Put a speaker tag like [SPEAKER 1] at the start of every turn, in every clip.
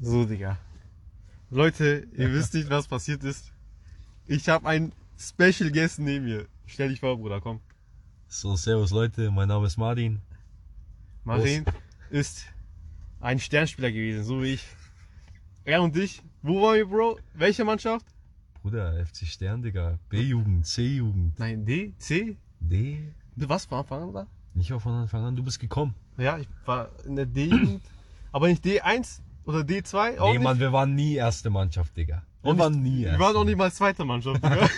[SPEAKER 1] So, Digga. Leute, ihr wisst nicht, was passiert ist. Ich habe einen Special Guest neben mir. Stell dich vor, Bruder, komm.
[SPEAKER 2] So, servus Leute, mein Name ist Martin.
[SPEAKER 1] Marin ist ein Sternspieler gewesen, so wie ich. Er und ich. Wo waren wir, Bro? Welche Mannschaft?
[SPEAKER 2] Bruder, FC Stern, Digga. B-Jugend, C-Jugend,
[SPEAKER 1] Nein, D, C.
[SPEAKER 2] D.
[SPEAKER 1] Du warst von Anfang an da?
[SPEAKER 2] Nicht auch von Anfang an, du bist gekommen.
[SPEAKER 1] Ja, ich war in der D-Jugend. aber nicht D1 oder D2. Auch
[SPEAKER 2] nee,
[SPEAKER 1] nicht.
[SPEAKER 2] Mann, wir waren nie erste Mannschaft, Digga. Wir
[SPEAKER 1] Auch nicht-
[SPEAKER 2] waren nie
[SPEAKER 1] Wir
[SPEAKER 2] erste.
[SPEAKER 1] waren auch nicht mal zweite Mannschaft. Digga.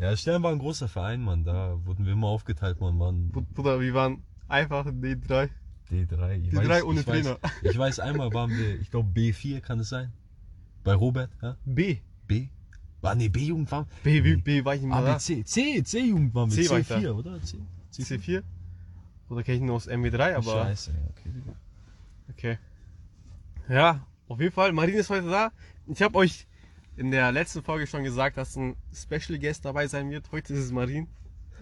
[SPEAKER 2] Ja, Stern war ein großer Verein, Mann. Da wurden wir immer aufgeteilt, Mann. Mann.
[SPEAKER 1] Bruder, wir waren einfach D3.
[SPEAKER 2] D3. Ich
[SPEAKER 1] Die drei ohne
[SPEAKER 2] ich
[SPEAKER 1] Trainer.
[SPEAKER 2] Weiß, ich weiß, einmal waren wir, ich glaube B4 kann es sein. Bei Robert, ja?
[SPEAKER 1] B.
[SPEAKER 2] B? War nee, B-Jugend waren
[SPEAKER 1] B, B, Ah, B war ich nicht mal da.
[SPEAKER 2] ABC, C, C-Jugend waren wir.
[SPEAKER 1] C war ich
[SPEAKER 2] C4, oder? C,
[SPEAKER 1] C4. Oder kenne ich ihn aus MW3, aber.
[SPEAKER 2] Scheiße, ja, okay.
[SPEAKER 1] Okay. Ja, auf jeden Fall. Marine ist heute da. Ich habe euch in der letzten Folge schon gesagt, dass ein Special Guest dabei sein wird. Heute ist es Marine.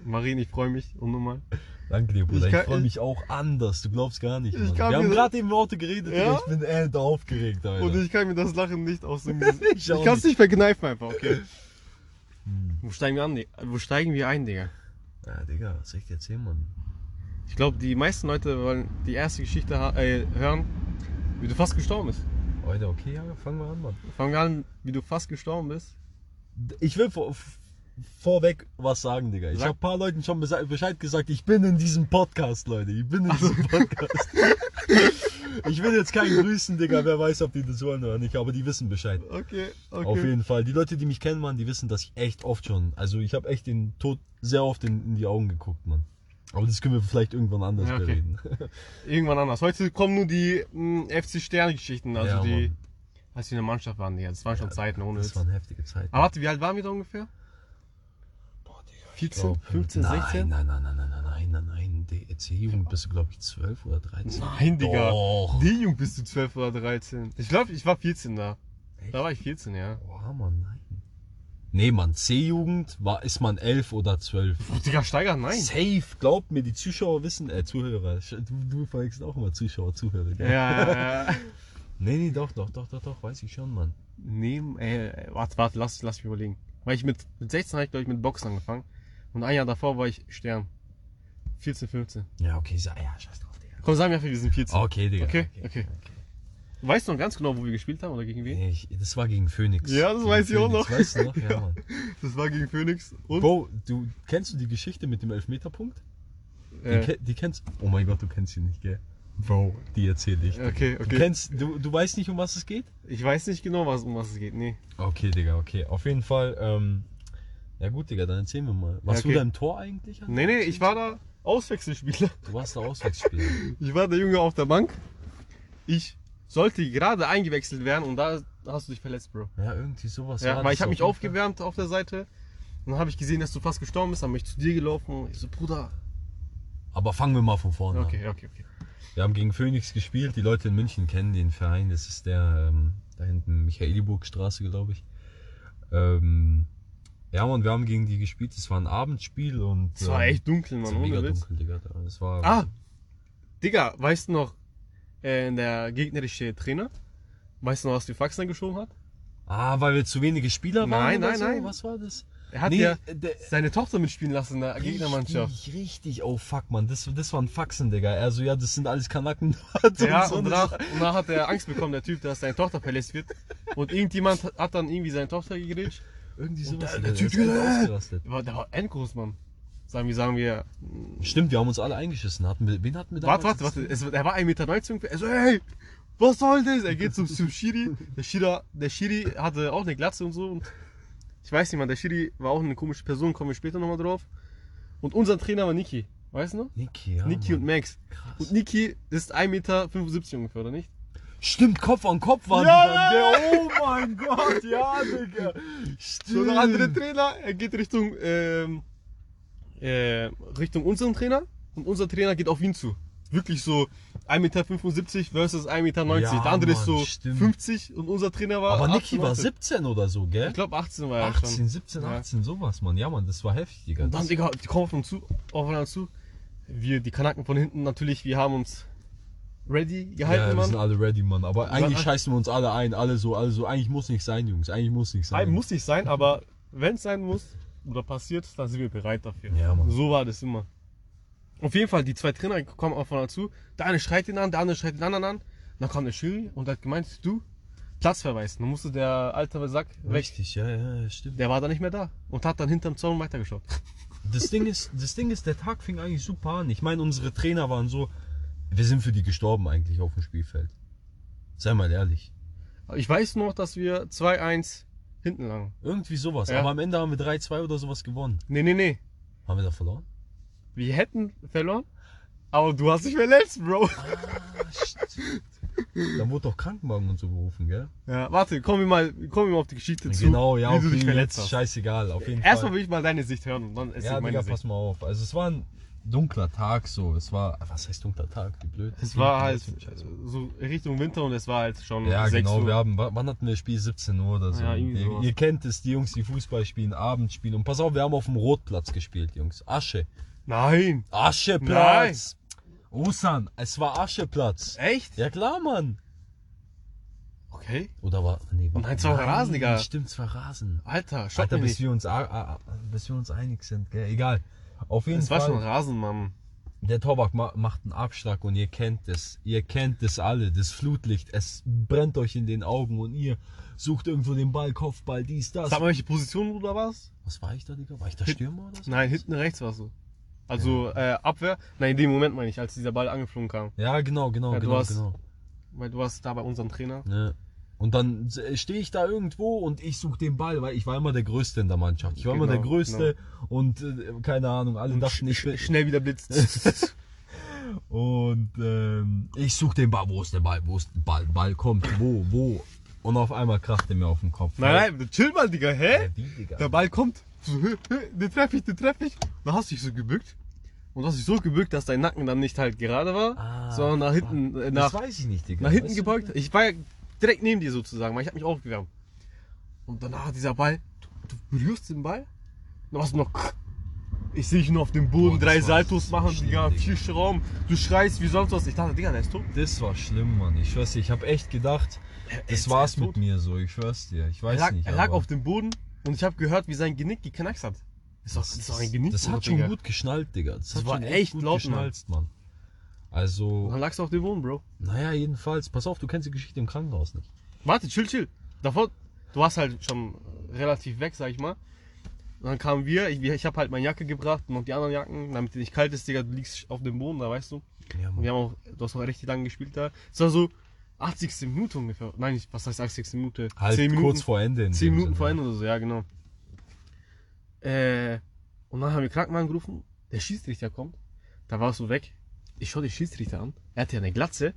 [SPEAKER 1] Marine, ich freue mich. Und nochmal.
[SPEAKER 2] Danke dir, Bruder.
[SPEAKER 1] Ich
[SPEAKER 2] Ich,
[SPEAKER 1] kann-
[SPEAKER 2] freue mich auch anders. Du glaubst gar nicht.
[SPEAKER 1] Ich
[SPEAKER 2] Mann.
[SPEAKER 1] kann
[SPEAKER 2] Wir haben
[SPEAKER 1] mir-
[SPEAKER 2] gerade eben Worte geredet.
[SPEAKER 1] Ja?
[SPEAKER 2] Ja? Ich bin end aufgeregt, Alter.
[SPEAKER 1] Und ich kann mir das Lachen nicht aus dem Gesicht. ich
[SPEAKER 2] auch
[SPEAKER 1] kann es nicht Hm. verkneifen einfach, okay. Wo steigen wir an? Dig- Wo steigen wir ein, Digga?
[SPEAKER 2] Ja, Digga, was soll ich dir erzählen, Mann?
[SPEAKER 1] Ich glaube, die meisten Leute wollen die erste Geschichte ha- äh, hören, wie du fast gestorben bist.
[SPEAKER 2] Alter, okay, ja, fangen wir an, Mann.
[SPEAKER 1] Fangen wir an, wie du fast gestorben bist.
[SPEAKER 2] Ich will vor, f- vorweg was sagen, Digga. Ich
[SPEAKER 1] Sag-
[SPEAKER 2] habe ein paar Leuten schon besa- Bescheid gesagt, ich bin in diesem Podcast, Leute. Ich bin in diesem Podcast. ich will jetzt keinen grüßen, Digga. Wer weiß, ob die das hören oder nicht, aber die wissen Bescheid.
[SPEAKER 1] Okay, okay.
[SPEAKER 2] Auf jeden Fall. Die Leute, die mich kennen, Mann, die wissen, dass ich echt oft schon, also ich habe echt den Tod sehr oft in, in die Augen geguckt, Mann. Aber das können wir vielleicht irgendwann anders
[SPEAKER 1] Ja, okay.
[SPEAKER 2] bereden.
[SPEAKER 1] Irgendwann anders. Heute kommen nur die mh, FC Stern-Geschichten, also
[SPEAKER 2] Ja,
[SPEAKER 1] die,
[SPEAKER 2] Mann.
[SPEAKER 1] als wir in der Mannschaft waren, Digga. Das waren schon Zeiten ohne
[SPEAKER 2] Das
[SPEAKER 1] Witz.
[SPEAKER 2] waren heftige Zeiten.
[SPEAKER 1] Aber warte, wie alt waren wir da ungefähr? 14, 15, 16?
[SPEAKER 2] Nein, nein, nein, nein, nein, nein, nein, nein. Die E C-Jugend bist du, glaube ich, 12 oder 13.
[SPEAKER 1] Nein, Digga.
[SPEAKER 2] Doch.
[SPEAKER 1] Die Jugend bist du 12 oder 13. Ich glaube, ich war 14 da.
[SPEAKER 2] Echt?
[SPEAKER 1] Da war ich 14, ja.
[SPEAKER 2] Boah, Mann, nein. Nee, Mann, C-Jugend war, ist man 11 oder 12.
[SPEAKER 1] Puh, Digga, steigert, nein.
[SPEAKER 2] Safe, glaub mir, die Zuschauer wissen, äh, Zuhörer. Sch- Du, du fragst auch immer Zuschauer, Zuhörer.
[SPEAKER 1] Ja,
[SPEAKER 2] Gell?
[SPEAKER 1] ja, ja.
[SPEAKER 2] Nee, nee, doch, doch, doch, doch, doch, weiß ich schon, Mann.
[SPEAKER 1] Neben, äh, warte, warte, lass, lass mich überlegen. Weil ich mit, mit 16 habe ich, glaube ich, mit Boxen angefangen. Und ein Jahr davor war ich Stern. 14, 15.
[SPEAKER 2] Ja, okay, sa- ja, scheiß drauf, Digga.
[SPEAKER 1] Komm, sag mir einfach, wir sind 14.
[SPEAKER 2] Ah, Okay, Digga.
[SPEAKER 1] Okay, okay. Weißt du noch ganz genau, wo wir gespielt haben oder gegen wen?
[SPEAKER 2] Nee, ich, das war gegen Phoenix.
[SPEAKER 1] Ja, das
[SPEAKER 2] gegen
[SPEAKER 1] weiß ich auch
[SPEAKER 2] Phoenix,
[SPEAKER 1] noch.
[SPEAKER 2] Weißt du noch? Ja,
[SPEAKER 1] Ja.
[SPEAKER 2] Mann.
[SPEAKER 1] Das war gegen Phoenix und
[SPEAKER 2] Bro, du, kennst du die Geschichte mit dem Elfmeterpunkt? Die,
[SPEAKER 1] äh,
[SPEAKER 2] ke- die kennst Oh mein Gott, du kennst sie nicht, gell? Bro, die erzähle ich. dir.
[SPEAKER 1] Okay,
[SPEAKER 2] Du
[SPEAKER 1] okay.
[SPEAKER 2] kennst, du, du weißt nicht, um was es geht?
[SPEAKER 1] Ich weiß nicht genau, was, um was es geht. Nee.
[SPEAKER 2] Okay, Digga, okay. Auf jeden Fall, ähm, ja gut, Digga, dann erzählen wir mal. Warst
[SPEAKER 1] okay.
[SPEAKER 2] du da im Tor eigentlich?
[SPEAKER 1] Nee, nee, ich war da Auswechselspieler.
[SPEAKER 2] Du warst da Auswechselspieler.
[SPEAKER 1] Ich war der Junge auf der Bank. Ich sollte gerade eingewechselt werden und da hast du dich verletzt, Bro.
[SPEAKER 2] ja, irgendwie sowas.
[SPEAKER 1] Ja,
[SPEAKER 2] war
[SPEAKER 1] weil
[SPEAKER 2] das
[SPEAKER 1] ich habe mich
[SPEAKER 2] auf jeden Fall.
[SPEAKER 1] aufgewärmt auf der Seite. Und dann habe ich gesehen, dass du fast gestorben bist, dann bin ich zu dir gelaufen. Ich so, Bruder.
[SPEAKER 2] Aber fangen wir mal von vorne an.
[SPEAKER 1] Okay, okay, okay.
[SPEAKER 2] Wir haben gegen Phoenix gespielt. Die Leute in München kennen den Verein. Das ist der ähm, da hinten Michaeliburgstraße, glaube ich. Ähm, ja, und wir haben gegen die gespielt. Das war ein Abendspiel und.
[SPEAKER 1] Es war
[SPEAKER 2] ähm,
[SPEAKER 1] echt dunkel,
[SPEAKER 2] es
[SPEAKER 1] Mann,
[SPEAKER 2] war mega
[SPEAKER 1] ohne Witz.
[SPEAKER 2] dunkel, Digga. Es war.
[SPEAKER 1] Ah, Digga, weißt du noch, äh, der gegnerische Trainer, weißt du noch, was die Faxen geschoben hat?
[SPEAKER 2] Ah, weil wir zu wenige Spieler
[SPEAKER 1] Nein,
[SPEAKER 2] waren. oder
[SPEAKER 1] nein,
[SPEAKER 2] so?
[SPEAKER 1] nein.
[SPEAKER 2] Was war das?
[SPEAKER 1] Er hat
[SPEAKER 2] Nee, äh,
[SPEAKER 1] ja
[SPEAKER 2] der-
[SPEAKER 1] seine Tochter mitspielen lassen in der Gegnermannschaft.
[SPEAKER 2] Richtig, richtig. Oh fuck, Mann. Das, das waren Faxen, Digga. Er so, ja, das sind alles Kanaken. und
[SPEAKER 1] Ja,
[SPEAKER 2] so.
[SPEAKER 1] und
[SPEAKER 2] Das
[SPEAKER 1] danach,
[SPEAKER 2] war-
[SPEAKER 1] und danach hat er Angst bekommen, der Typ, dass seine Tochter verlässt wird. Und irgendjemand hat dann irgendwie seine Tochter gegrätscht.
[SPEAKER 2] Irgendwie
[SPEAKER 1] Und
[SPEAKER 2] sowas.
[SPEAKER 1] der- der
[SPEAKER 2] Digga.
[SPEAKER 1] Typ-
[SPEAKER 2] Der ist ausgerastet.
[SPEAKER 1] Der war, der war endgroß, Mann. Sagen wir, sagen wir.
[SPEAKER 2] Stimmt, wir haben uns alle eingeschissen. Hatten wir, wen hatten wir da?
[SPEAKER 1] Warte, warte, warte. Es, er war 1,90 Meter ungefähr. Er so, ey, was soll das? Er geht zum, zum Schiri. Der, Schiri. der Schiri hatte auch eine Glatze und so. Und ich weiß nicht, Mann, der Schiri war auch eine komische Person, kommen wir später nochmal drauf. Und unser Trainer war Niki. Weißt du noch?
[SPEAKER 2] Niki, ja.
[SPEAKER 1] Niki
[SPEAKER 2] Mann.
[SPEAKER 1] und Max.
[SPEAKER 2] Krass.
[SPEAKER 1] Und Niki ist 1,75 Meter ungefähr, oder nicht?
[SPEAKER 2] Stimmt, Kopf an Kopf waren
[SPEAKER 1] Ja!
[SPEAKER 2] die dann, gell? Oh mein Gott, ja, Digga.
[SPEAKER 1] So
[SPEAKER 2] Stimmt.
[SPEAKER 1] der andere Trainer, er geht Richtung, ähm, äh, Richtung unseren Trainer und unser Trainer geht auf ihn zu. Wirklich so 1,75 Meter versus 1,90 Meter.
[SPEAKER 2] Ja,
[SPEAKER 1] der andere ist so
[SPEAKER 2] Mann, stimmt.
[SPEAKER 1] 50 und unser Trainer war.
[SPEAKER 2] Aber Niki war
[SPEAKER 1] 18.
[SPEAKER 2] 17 oder so, gell?
[SPEAKER 1] Ich glaube 18 war er
[SPEAKER 2] 18,
[SPEAKER 1] schon.
[SPEAKER 2] 17,
[SPEAKER 1] Ja.
[SPEAKER 2] 18, sowas, Mann. Ja, Mann, das war heftig, Digga.
[SPEAKER 1] Und dann, Digga, die kommen auf uns zu, aufeinander zu. Wir, die Kanaken von hinten, natürlich, wir haben uns ready gehalten,
[SPEAKER 2] Ja, wir sind
[SPEAKER 1] Mann.
[SPEAKER 2] alle ready, Mann. Aber eigentlich
[SPEAKER 1] alle-
[SPEAKER 2] scheißen wir uns alle ein, alle so, alle so. Eigentlich muss nicht sein, Jungs. Eigentlich muss nicht sein.
[SPEAKER 1] Nein, muss nicht sein, aber wenn es sein muss oder passiert, dann sind wir bereit dafür.
[SPEAKER 2] Ja, Mann.
[SPEAKER 1] So war das immer. Auf jeden Fall, die zwei Trainer kommen auch von dazu. Der eine schreit ihn an, der andere schreit den anderen an. Dann kam der Schiri und hat gemeint, du, Platz verweisen. Dann musste der alte Sack weg.
[SPEAKER 2] Richtig, ja, ja, ja, stimmt.
[SPEAKER 1] Der war dann nicht mehr da und hat dann hinterm Zaun weitergeschaut.
[SPEAKER 2] Das Ding ist, das Ding ist, der Tag fing eigentlich super an. Ich meine, unsere Trainer waren so, wir sind für die gestorben eigentlich auf dem Spielfeld. Sei mal ehrlich.
[SPEAKER 1] Ich weiß noch, dass wir 2-1 hinten lagen.
[SPEAKER 2] Irgendwie sowas.
[SPEAKER 1] Ja.
[SPEAKER 2] Aber am Ende haben wir 3-2 oder sowas gewonnen.
[SPEAKER 1] Nee, nee, nee.
[SPEAKER 2] Haben wir da verloren?
[SPEAKER 1] Wir hätten verloren, aber du hast dich verletzt, Bro.
[SPEAKER 2] Dann wurde doch Krankenwagen und so gerufen, gell?
[SPEAKER 1] Ja, warte, kommen wir mal, kommen wir mal auf die Geschichte zu.
[SPEAKER 2] genau, ja,
[SPEAKER 1] wie
[SPEAKER 2] okay,
[SPEAKER 1] du dich verletzt
[SPEAKER 2] jetzt
[SPEAKER 1] hast.
[SPEAKER 2] scheißegal. Auf jeden Fall.
[SPEAKER 1] Erstmal will ich mal deine Sicht hören und dann ist
[SPEAKER 2] Ja,
[SPEAKER 1] ja, meine
[SPEAKER 2] Digga,
[SPEAKER 1] Sicht.
[SPEAKER 2] pass mal auf. Also es war ein dunkler Tag so. Es war, was heißt dunkler Tag? Wie blöd.
[SPEAKER 1] Es war halt
[SPEAKER 2] Was für ein Scheiß.
[SPEAKER 1] so Richtung Winter und es war halt schon
[SPEAKER 2] Ja,
[SPEAKER 1] 6
[SPEAKER 2] genau.
[SPEAKER 1] Uhr.
[SPEAKER 2] Wir haben, wa- wann hatten wir Spiel? 17 Uhr oder so.
[SPEAKER 1] Ja, irgendwie
[SPEAKER 2] ihr,
[SPEAKER 1] sowas.
[SPEAKER 2] ihr kennt es, die Jungs, die Fußball spielen, Abend spielen. Und pass auf, wir haben auf dem Rotplatz gespielt, Jungs. Asche.
[SPEAKER 1] Nein!
[SPEAKER 2] Ascheplatz! Osan, es war Ascheplatz.
[SPEAKER 1] Echt?
[SPEAKER 2] Ja klar, Mann.
[SPEAKER 1] Okay.
[SPEAKER 2] Oder war. Nee, war
[SPEAKER 1] Nein, es war halt Rasen, Digga.
[SPEAKER 2] Stimmt, es war Rasen.
[SPEAKER 1] Alter, schock
[SPEAKER 2] Alter,
[SPEAKER 1] mich
[SPEAKER 2] bis
[SPEAKER 1] nicht.
[SPEAKER 2] wir, uns, a- a- a- bis wir uns einig sind, gell? Egal. Auf jeden
[SPEAKER 1] Es war
[SPEAKER 2] Fall.
[SPEAKER 1] schon Rasen, Mann.
[SPEAKER 2] der Tobak ma macht einen Abschlag und ihr kennt es. Ihr kennt es alle, das Flutlicht. Es brennt euch in den Augen und ihr sucht irgendwo den Ball, Kopfball, dies, das.
[SPEAKER 1] Sag mal, welche Position du da warst?
[SPEAKER 2] Was war ich da, Digga? War ich da Stürmer oder so?
[SPEAKER 1] Nein, hinten rechts warst du. Also äh, Abwehr? Nein, in dem Moment meine ich, als dieser Ball angeflogen kam.
[SPEAKER 2] Ja, genau, genau,
[SPEAKER 1] Ja, du
[SPEAKER 2] genau,
[SPEAKER 1] hast-
[SPEAKER 2] genau.
[SPEAKER 1] Weil du warst da bei unserem Trainer.
[SPEAKER 2] Ja. Und dann stehe ich da irgendwo und ich suche den Ball, weil ich war immer der Größte in der Mannschaft. Ich war immer
[SPEAKER 1] Genau,
[SPEAKER 2] der Größte und äh, keine Ahnung, alle dachten, ich bin,
[SPEAKER 1] Sch- Schnell wieder blitzt.
[SPEAKER 2] Und ähm, ich suche den Ball. Wo ist der Ball? Wo ist der Ball? Ball kommt. Wo? Wo? Und auf einmal kracht er mir auf den Kopf.
[SPEAKER 1] nein, nein, chill mal, Digga, hä?
[SPEAKER 2] Ja, wie, Digga?
[SPEAKER 1] Der Ball kommt, so, hä, hä, den treffe ich, den treffe ich. Dann hast du dich so gebückt. Und hast dich so gebückt, dass dein Nacken dann nicht halt gerade war,
[SPEAKER 2] Ah,
[SPEAKER 1] sondern nach hinten, äh, nach,
[SPEAKER 2] das weiß ich nicht, Digga.
[SPEAKER 1] nach hinten
[SPEAKER 2] Weißt du?
[SPEAKER 1] gebeugt. Ich war ja direkt neben dir sozusagen, weil ich habe mich aufgewärmt. Und danach dieser Ball, du, du berührst den Ball, dann machst du noch. Ich sehe dich nur auf dem Boden,
[SPEAKER 2] Boah, das
[SPEAKER 1] drei
[SPEAKER 2] war
[SPEAKER 1] Saltos
[SPEAKER 2] so
[SPEAKER 1] machen,
[SPEAKER 2] schlimm,
[SPEAKER 1] Digga,
[SPEAKER 2] Digga.
[SPEAKER 1] vier Schrauben, du schreist wie sonst was. Ich dachte, Digga, der ist tot.
[SPEAKER 2] Das war schlimm, Mann. Ich schwör's dir. Ich habe echt gedacht, das
[SPEAKER 1] ist
[SPEAKER 2] war's
[SPEAKER 1] er
[SPEAKER 2] mit
[SPEAKER 1] tot?
[SPEAKER 2] mir so. Ich schwör's dir. Ich
[SPEAKER 1] Er
[SPEAKER 2] weiß
[SPEAKER 1] lag,
[SPEAKER 2] nicht.
[SPEAKER 1] er lag
[SPEAKER 2] aber
[SPEAKER 1] auf dem Boden und ich habe gehört, wie sein Genick geknackst hat. Ist doch,
[SPEAKER 2] das,
[SPEAKER 1] das ist doch ein Genick.
[SPEAKER 2] das hat
[SPEAKER 1] Bruder,
[SPEAKER 2] schon
[SPEAKER 1] Digga.
[SPEAKER 2] gut geschnallt, Digga. Das, hat
[SPEAKER 1] war
[SPEAKER 2] schon
[SPEAKER 1] echt
[SPEAKER 2] gut
[SPEAKER 1] laut, Mann.
[SPEAKER 2] geschnallt, Mann. Also,
[SPEAKER 1] Dann lagst du auf dem Boden, Bro.
[SPEAKER 2] naja, jedenfalls. Pass auf, du kennst die Geschichte im Krankenhaus nicht.
[SPEAKER 1] Warte, chill, chill. Davor, du warst halt schon relativ weg, sag ich mal. Und dann kamen wir, ich, ich habe halt meine Jacke gebracht und noch die anderen Jacken, damit dir nicht kalt ist, Digga, du liegst auf dem Boden, da weißt du.
[SPEAKER 2] Ja,
[SPEAKER 1] Und wir haben auch, du hast auch richtig lange gespielt da. Es war so 80. Minute ungefähr. Nein, nicht, was heißt 80. Minute?
[SPEAKER 2] Halt
[SPEAKER 1] Zehn Minuten,
[SPEAKER 2] kurz vor Ende. in
[SPEAKER 1] 10
[SPEAKER 2] dem
[SPEAKER 1] Minuten
[SPEAKER 2] Sinne.
[SPEAKER 1] vor Ende oder so, ja, genau. Äh, und dann haben wir Krankenwagen gerufen, der Schiedsrichter kommt, da warst du weg. Ich schaue den Schiedsrichter an, er hatte ja eine Glatze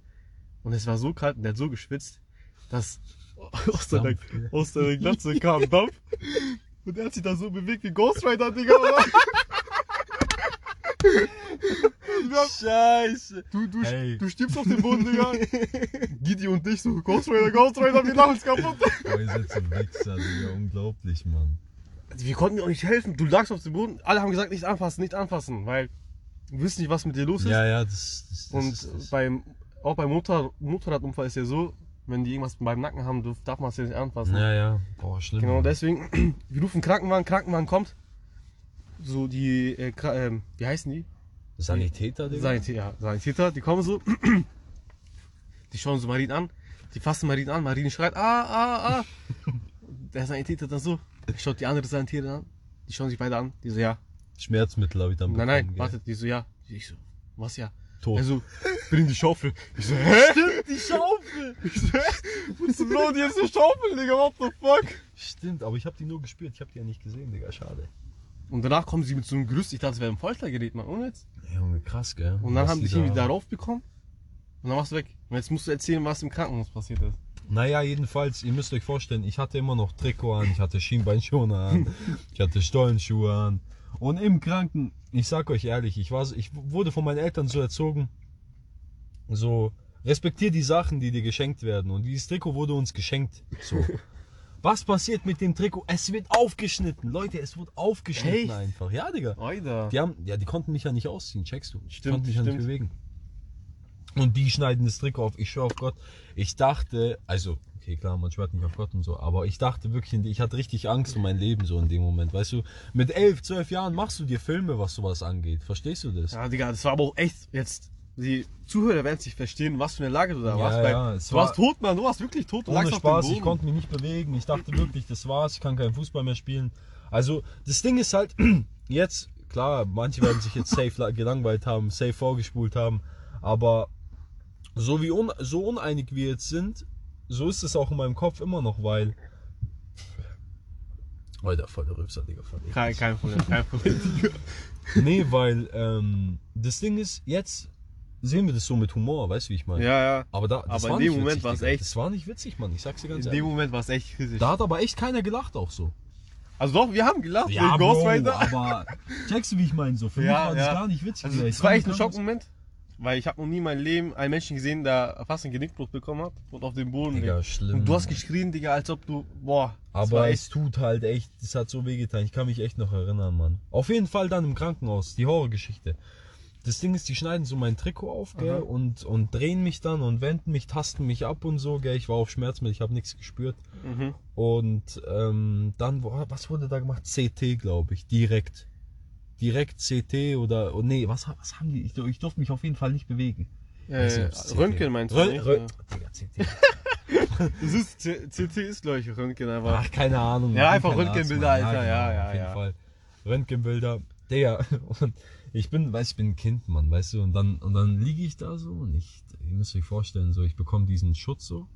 [SPEAKER 1] und es war so kalt und der hat so geschwitzt, dass aus seiner,
[SPEAKER 2] Dampf.
[SPEAKER 1] aus seiner Glatze kam Dampf und er hat sich da so bewegt wie Ghost Rider, Digga. Oder?
[SPEAKER 2] Scheiße.
[SPEAKER 1] Du, du,
[SPEAKER 2] Hey.
[SPEAKER 1] du stirbst auf dem Boden, Digga. Gidi und ich so, Ghost Rider, Ghost Rider, wir machen es kaputt.
[SPEAKER 2] Boah, ihr seid so Wichser, Digga. Unglaublich, Mann.
[SPEAKER 1] Also, wir konnten dir auch nicht helfen. Du lagst auf dem Boden. Alle haben gesagt, nicht anfassen, nicht anfassen, weil du wissen nicht, was mit dir los ist.
[SPEAKER 2] Ja, ja, das, das, das
[SPEAKER 1] und
[SPEAKER 2] ist das.
[SPEAKER 1] beim, auch beim Motor, Motorradunfall ist ja so, wenn die irgendwas beim Nacken haben, dürfen, darf man es ja nicht anfassen.
[SPEAKER 2] Ja, ja. Boah, schlimm.
[SPEAKER 1] Genau
[SPEAKER 2] Mann.
[SPEAKER 1] deswegen, wir rufen Krankenwagen, Krankenwagen kommt. So die, äh, Kra- ähm, wie heißen die?
[SPEAKER 2] Sanitäter, Digga.
[SPEAKER 1] Sanitäter, ja, Sanitäter, die kommen so, die schauen so Marien an, die fassen Marien an, Marien schreit, ah, ah, ah. Der Sanitäter dann so, schaut die andere Sanitäter an, die schauen sich beide an, die so, ja,
[SPEAKER 2] Schmerzmittel habe ich dann
[SPEAKER 1] nein,
[SPEAKER 2] bekommen.
[SPEAKER 1] nein,
[SPEAKER 2] gell.
[SPEAKER 1] wartet, die so, ja. Ich so, was ja?
[SPEAKER 2] Tot.
[SPEAKER 1] Also, bring die Schaufel. Ich so, hä?
[SPEAKER 2] Stimmt, die Schaufel.
[SPEAKER 1] Ich so, hä? Was ist los? Die ist eine Schaufel, Digga, what the fuck?
[SPEAKER 2] Stimmt, aber ich habe die nur gespürt. Ich habe die ja nicht gesehen, Digga. Schade.
[SPEAKER 1] Und danach kommen sie mit so einem Gerüst, ich dachte, es wäre ein Vollschlaggerät, Mann, ohne jetzt.
[SPEAKER 2] Ja, Junge, krass, gell.
[SPEAKER 1] Und dann
[SPEAKER 2] Was
[SPEAKER 1] haben
[SPEAKER 2] die
[SPEAKER 1] die irgendwie darauf bekommen und dann warst du weg. Und jetzt musst du erzählen, was im Krankenhaus passiert ist.
[SPEAKER 2] Naja, jedenfalls, ihr müsst euch vorstellen, ich hatte immer noch Trikot an, ich hatte Schienbeinschoner an, ich hatte Stollenschuhe an. Und im Kranken, ich sag euch ehrlich, ich, war, so- ich wurde von meinen Eltern so erzogen, so, respektier die Sachen, die dir geschenkt werden. Und dieses Trikot wurde uns geschenkt. So. Was passiert mit dem Trikot? Es wird aufgeschnitten. Leute, es wurde aufgeschnitten
[SPEAKER 1] Echt?
[SPEAKER 2] einfach. Ja, Digga.
[SPEAKER 1] Alter.
[SPEAKER 2] Die haben, ja, die konnten mich ja nicht ausziehen, checkst du? Ich
[SPEAKER 1] Stimmt,
[SPEAKER 2] konnte mich ja nicht
[SPEAKER 1] stimmt.
[SPEAKER 2] bewegen. Und die schneiden das Trikot auf. Ich schwör auf Gott. Ich dachte, also, okay, klar, man schwört nicht auf Gott und so, aber ich dachte wirklich, ich hatte richtig Angst um mein Leben so in dem Moment. Weißt du, mit elf, zwölf Jahren machst du dir Filme, was sowas angeht. Verstehst du das?
[SPEAKER 1] Ja, Digga, das war aber auch echt jetzt. Die Zuhörer werden es nicht verstehen, was für eine Lage du da
[SPEAKER 2] Ja,
[SPEAKER 1] warst.
[SPEAKER 2] ja,
[SPEAKER 1] weil
[SPEAKER 2] es
[SPEAKER 1] du
[SPEAKER 2] war-
[SPEAKER 1] warst tot, Mann. Du warst wirklich tot. Du
[SPEAKER 2] Ohne
[SPEAKER 1] lagst
[SPEAKER 2] Spaß,
[SPEAKER 1] auf dem
[SPEAKER 2] ich
[SPEAKER 1] Boden.
[SPEAKER 2] konnte mich nicht bewegen. Ich dachte wirklich, das war's, ich kann keinen Fußball mehr spielen. Also, das Ding ist halt, jetzt, klar, manche werden sich jetzt safe la- gelangweilt haben, safe vorgespult haben, aber so wie un so uneinig wir jetzt sind, so ist es auch in meinem Kopf immer noch, weil. Alter, voll der Rübser, Digga, voll eklig.
[SPEAKER 1] Kein, kein Problem, kein Problem.
[SPEAKER 2] Nee, weil ähm, das Ding ist, jetzt sehen wir das so mit Humor, weißt du, wie ich meine?
[SPEAKER 1] ja, ja.
[SPEAKER 2] Aber, da, das
[SPEAKER 1] Aber
[SPEAKER 2] war
[SPEAKER 1] in dem
[SPEAKER 2] nicht
[SPEAKER 1] Moment
[SPEAKER 2] witzig,
[SPEAKER 1] war's
[SPEAKER 2] Digga.
[SPEAKER 1] echt-
[SPEAKER 2] Das war nicht witzig, Mann. Ich sag's dir
[SPEAKER 1] In
[SPEAKER 2] ganz ehrlich.
[SPEAKER 1] dem Moment war es echt kritisch.
[SPEAKER 2] Da hat aber echt keiner gelacht auch so.
[SPEAKER 1] Also doch, wir haben gelacht.
[SPEAKER 2] Ja,
[SPEAKER 1] wegen
[SPEAKER 2] Bro,
[SPEAKER 1] Ghostwriter.
[SPEAKER 2] aber checkst du, wie ich meine? So, für mich
[SPEAKER 1] Ja,
[SPEAKER 2] war
[SPEAKER 1] ja.
[SPEAKER 2] das gar nicht witzig.
[SPEAKER 1] Also
[SPEAKER 2] Digga.
[SPEAKER 1] es
[SPEAKER 2] Ich
[SPEAKER 1] war
[SPEAKER 2] kann-
[SPEAKER 1] echt ein
[SPEAKER 2] kann-
[SPEAKER 1] Schockmoment, weil ich habe noch nie in meinem Leben einen Menschen gesehen, der fast einen Genickbruch bekommen hat und auf dem Boden
[SPEAKER 2] Digga,
[SPEAKER 1] liegt.
[SPEAKER 2] schlimm.
[SPEAKER 1] Und du hast geschrien, Digga, als ob du, boah. das war
[SPEAKER 2] aber es tut halt echt, es hat so wehgetan. Ich kann mich echt noch erinnern, Mann. Auf jeden Fall dann im Krankenhaus, die Horrorgeschichte. Das Ding ist, die schneiden so mein Trikot auf, gell,
[SPEAKER 1] Aha.
[SPEAKER 2] und, und drehen mich dann und wenden mich, tasten mich ab und so, gell. Ich war auf Schmerzmittel, ich habe nichts gespürt.
[SPEAKER 1] Mhm.
[SPEAKER 2] Und ähm, dann, wo- was wurde da gemacht? CT, glaube ich, direkt. Direkt CT oder, oh, nee, was, was haben die? Ich, ich durfte mich auf jeden Fall nicht bewegen. Weiß
[SPEAKER 1] Äh,
[SPEAKER 2] nicht, ob's CT
[SPEAKER 1] Röntgen meinst du?
[SPEAKER 2] Rö-
[SPEAKER 1] nicht?
[SPEAKER 2] Rö- Digga, CT.
[SPEAKER 1] Das ist, C- CT ist, glaube ich, Röntgen, aber.
[SPEAKER 2] Ach, Ah, keine Ahnung.
[SPEAKER 1] Ja,
[SPEAKER 2] ich
[SPEAKER 1] einfach
[SPEAKER 2] bin kein Arzt,
[SPEAKER 1] Röntgenbilder,
[SPEAKER 2] Mann.
[SPEAKER 1] Alter, ja, ja,
[SPEAKER 2] auf jeden
[SPEAKER 1] ja.
[SPEAKER 2] Fall. Röntgenbilder, der. Und ich bin, weiß ich bin ein Kind, Mann, weißt du, und dann, und dann liege ich da so und ich, ihr müsst euch vorstellen, so, ich bekomme diesen Schutz so.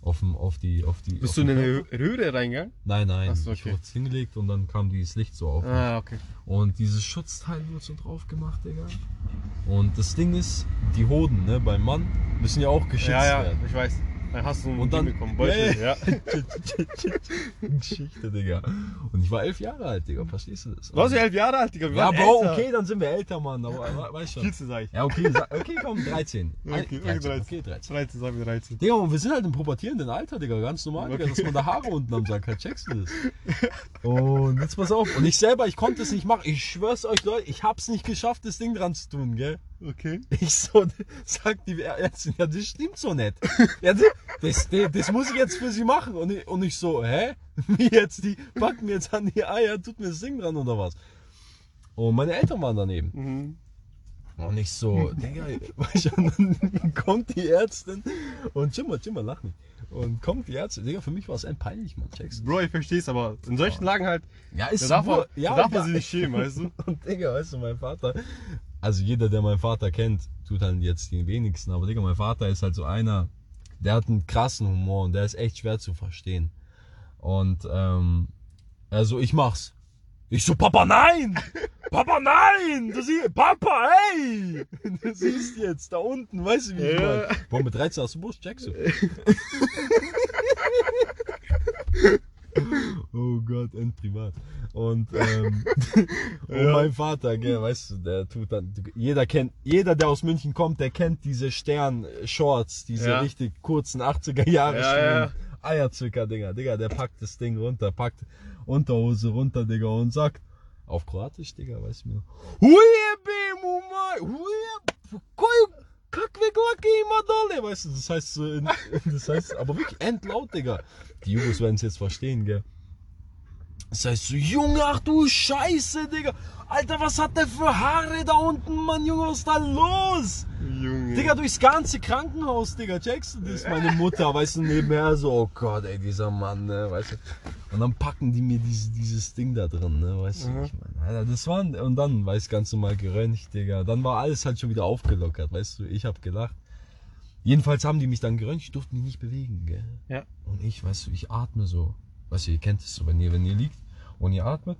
[SPEAKER 2] Auf, dem, auf die, auf die. auf
[SPEAKER 1] Bist du in
[SPEAKER 2] den
[SPEAKER 1] eine
[SPEAKER 2] Körper.
[SPEAKER 1] Rö- Röhre reingegangen?
[SPEAKER 2] Nein, nein.
[SPEAKER 1] Ach so,
[SPEAKER 2] Ich
[SPEAKER 1] okay.
[SPEAKER 2] wurde hingelegt und dann kam dieses Licht so auf.
[SPEAKER 1] Ah, okay.
[SPEAKER 2] Und dieses Schutzteil wurde so drauf gemacht, Digga. Und das Ding ist, die Hoden, ne, beim Mann müssen ja auch geschützt
[SPEAKER 1] Ja, ja,
[SPEAKER 2] werden.
[SPEAKER 1] ich weiß. Dann hast du einen
[SPEAKER 2] Und dann-
[SPEAKER 1] Ding bekommen, Beutel, ja.
[SPEAKER 2] Geschichte, Digga. Und ich war elf Jahre alt, Digga. Verstehst du das?
[SPEAKER 1] Du warst ja elf Jahre alt, Digga. wir
[SPEAKER 2] Ja,
[SPEAKER 1] waren
[SPEAKER 2] Bro,
[SPEAKER 1] älter.
[SPEAKER 2] okay, dann sind wir älter, Mann. Aber weißt schon.
[SPEAKER 1] 14 sag ich.
[SPEAKER 2] Ja, okay, sa- okay, komm, 13.
[SPEAKER 1] Okay, okay, 13.
[SPEAKER 2] Okay, 13.
[SPEAKER 1] 13, sagen wir 13.
[SPEAKER 2] Digga, und wir sind halt im pubertierenden Alter, Digga, ganz normal, Digga,
[SPEAKER 1] Okay.
[SPEAKER 2] dass man da Haare unten am Sack hat, checkst du das? Und jetzt pass auf, und ich selber, ich konnte es nicht machen, ich schwör's euch, Leute, ich hab's nicht geschafft, das Ding dran zu tun, gell?
[SPEAKER 1] Okay.
[SPEAKER 2] Ich so, sag die Ärztin, ja, das stimmt so nicht. Ja, das, das, das muss ich jetzt für sie machen. Und ich, und ich so, hä? Wie jetzt, die packen jetzt an die Eier, tut mir das Ding dran oder was? Und meine Eltern waren daneben.
[SPEAKER 1] Mhm.
[SPEAKER 2] Und ich so, Digga, weißt du, und dann kommt die Ärztin und Jimmer, Jimmer, lach nicht. Und kommt die Ärztin, Digga, für mich war es ein peinlich, man, checkst.
[SPEAKER 1] Bro, ich versteh's, aber in solchen Lagen halt,
[SPEAKER 2] Ja, ist
[SPEAKER 1] da darf man,
[SPEAKER 2] nur-
[SPEAKER 1] da darf man
[SPEAKER 2] egal.
[SPEAKER 1] sich nicht schämen, weißt du?
[SPEAKER 2] Und Digga, weißt du, mein Vater, also jeder, der meinen Vater kennt, tut halt jetzt den wenigsten, aber Digga, mein Vater ist halt so einer, der hat einen krassen Humor und der ist echt schwer zu verstehen. Und, ähm, also ich mach's. Ich so, Papa, nein! Papa, nein! Du siehst, Papa, ey! Du siehst jetzt da unten, weißt du, wie
[SPEAKER 1] Ja.
[SPEAKER 2] ich meine? Boah, mit 13 hast du Busch, checkst du. Oh Gott, endprivat. Und, ähm, und
[SPEAKER 1] Ja.
[SPEAKER 2] mein Vater, gell, weißt du, der tut dann, jeder kennt, jeder, der aus München kommt, der kennt diese Stern-Shorts, diese
[SPEAKER 1] Ja.
[SPEAKER 2] richtig kurzen 80er-Jahre
[SPEAKER 1] Ja,
[SPEAKER 2] Schuhe. Eierzwicker, Digga, Digga, der packt das Ding runter, packt Unterhose runter, Digga, und sagt, auf Kroatisch, Digga, weißt du mir. Hujebe, Mumai, huje, koju, kakve glake ima dole, weißt du, das heißt, so in, das heißt, aber wirklich endlaut, Digga. Die Jugos werden es jetzt verstehen, gell. Das heißt so, Junge, ach du Scheiße, Digga. Alter, was hat der für Haare da unten, Mann, Junge, was ist da los?
[SPEAKER 1] Junge.
[SPEAKER 2] Digga, durchs ganze Krankenhaus, Digga, checkst du das? Meine Mutter, weißt du, nebenher so, oh Gott, ey, dieser Mann, ne, weißt du. Und dann packen die mir dieses, dieses Ding da drin, ne, weißt du, wie ich meine, Alter, das war, und dann, weißt du, ganz normal geröntgt, Digga. Dann war alles halt schon wieder aufgelockert, weißt du, ich hab gelacht. Jedenfalls haben die mich dann geröntgt, ich durfte mich nicht bewegen, gell.
[SPEAKER 1] Ja.
[SPEAKER 2] Und ich, weißt du, ich atme so. Weißt du, ihr kennt es so, wenn ihr, wenn ihr liegt und ihr atmet,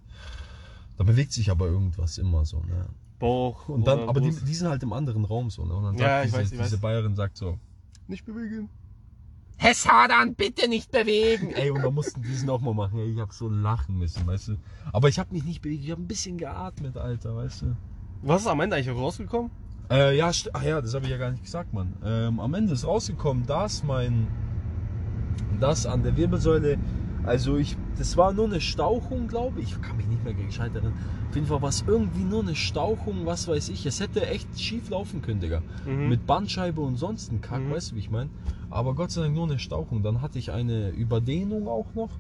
[SPEAKER 2] dann bewegt sich aber irgendwas immer so, ne.
[SPEAKER 1] Bauch.
[SPEAKER 2] Und dann,
[SPEAKER 1] oder
[SPEAKER 2] aber die,
[SPEAKER 1] Brust.
[SPEAKER 2] die sind halt im anderen Raum so, ne? Und dann sagt
[SPEAKER 1] Ja, ich
[SPEAKER 2] diese,
[SPEAKER 1] weiß, ich
[SPEAKER 2] diese
[SPEAKER 1] weiß.
[SPEAKER 2] Bayerin sagt so,
[SPEAKER 1] Nicht bewegen.
[SPEAKER 2] Hessadan, bitte nicht bewegen! Ey, und da mussten die es nochmal machen. Ey, ich hab so lachen müssen, weißt du. Aber ich hab mich nicht bewegt, ich hab ein bisschen geatmet, Alter, weißt du.
[SPEAKER 1] Was ist am Ende eigentlich rausgekommen?
[SPEAKER 2] Äh, ja, st- ach ja, das habe ich ja gar nicht gesagt, Mann. Ähm, am Ende ist rausgekommen, dass mein, dass an der Wirbelsäule Also ich, das war nur eine Stauchung, glaube ich. Ich kann mich nicht mehr gescheit erinnern. Auf jeden Fall war es irgendwie nur eine Stauchung, was weiß ich. Es hätte echt schief laufen können, Digga.
[SPEAKER 1] Mhm.
[SPEAKER 2] Mit Bandscheibe und sonst ein Kack,
[SPEAKER 1] Mhm.
[SPEAKER 2] weißt du, wie ich meine? Aber Gott sei Dank nur eine Stauchung. Dann hatte ich eine Überdehnung auch noch.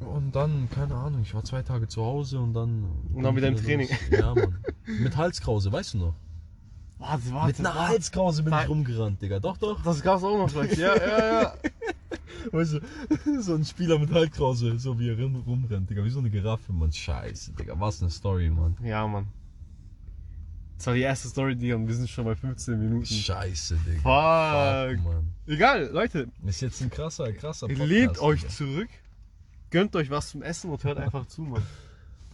[SPEAKER 2] Und dann, keine Ahnung, ich war zwei Tage zu Hause und dann.
[SPEAKER 1] Und dann wieder im Training.
[SPEAKER 2] Ja, Mann. Mit Halskrause, weißt du noch?
[SPEAKER 1] Warte, warte.
[SPEAKER 2] Mit einer
[SPEAKER 1] warte.
[SPEAKER 2] Halskrause bin
[SPEAKER 1] Nein.
[SPEAKER 2] ich rumgerannt, Digga. Doch, doch.
[SPEAKER 1] Das gab's auch noch vielleicht. Ja, ja, ja.
[SPEAKER 2] Weißt du, so ein Spieler mit Halskrause, so wie er rum, rumrennt, Digga. Wie so eine Giraffe, Mann. Scheiße, Digga. Was eine Story, Mann.
[SPEAKER 1] Ja, Mann. Das war die erste Story, Dion. Wir sind schon bei 15 Minuten.
[SPEAKER 2] Scheiße, Digga.
[SPEAKER 1] Fuck.
[SPEAKER 2] Mann.
[SPEAKER 1] Egal, Leute.
[SPEAKER 2] Ist jetzt ein krasser, krasser Podcast.
[SPEAKER 1] Lehnt euch
[SPEAKER 2] Digga.
[SPEAKER 1] zurück. Gönnt euch was zum Essen und hört einfach zu, Mann.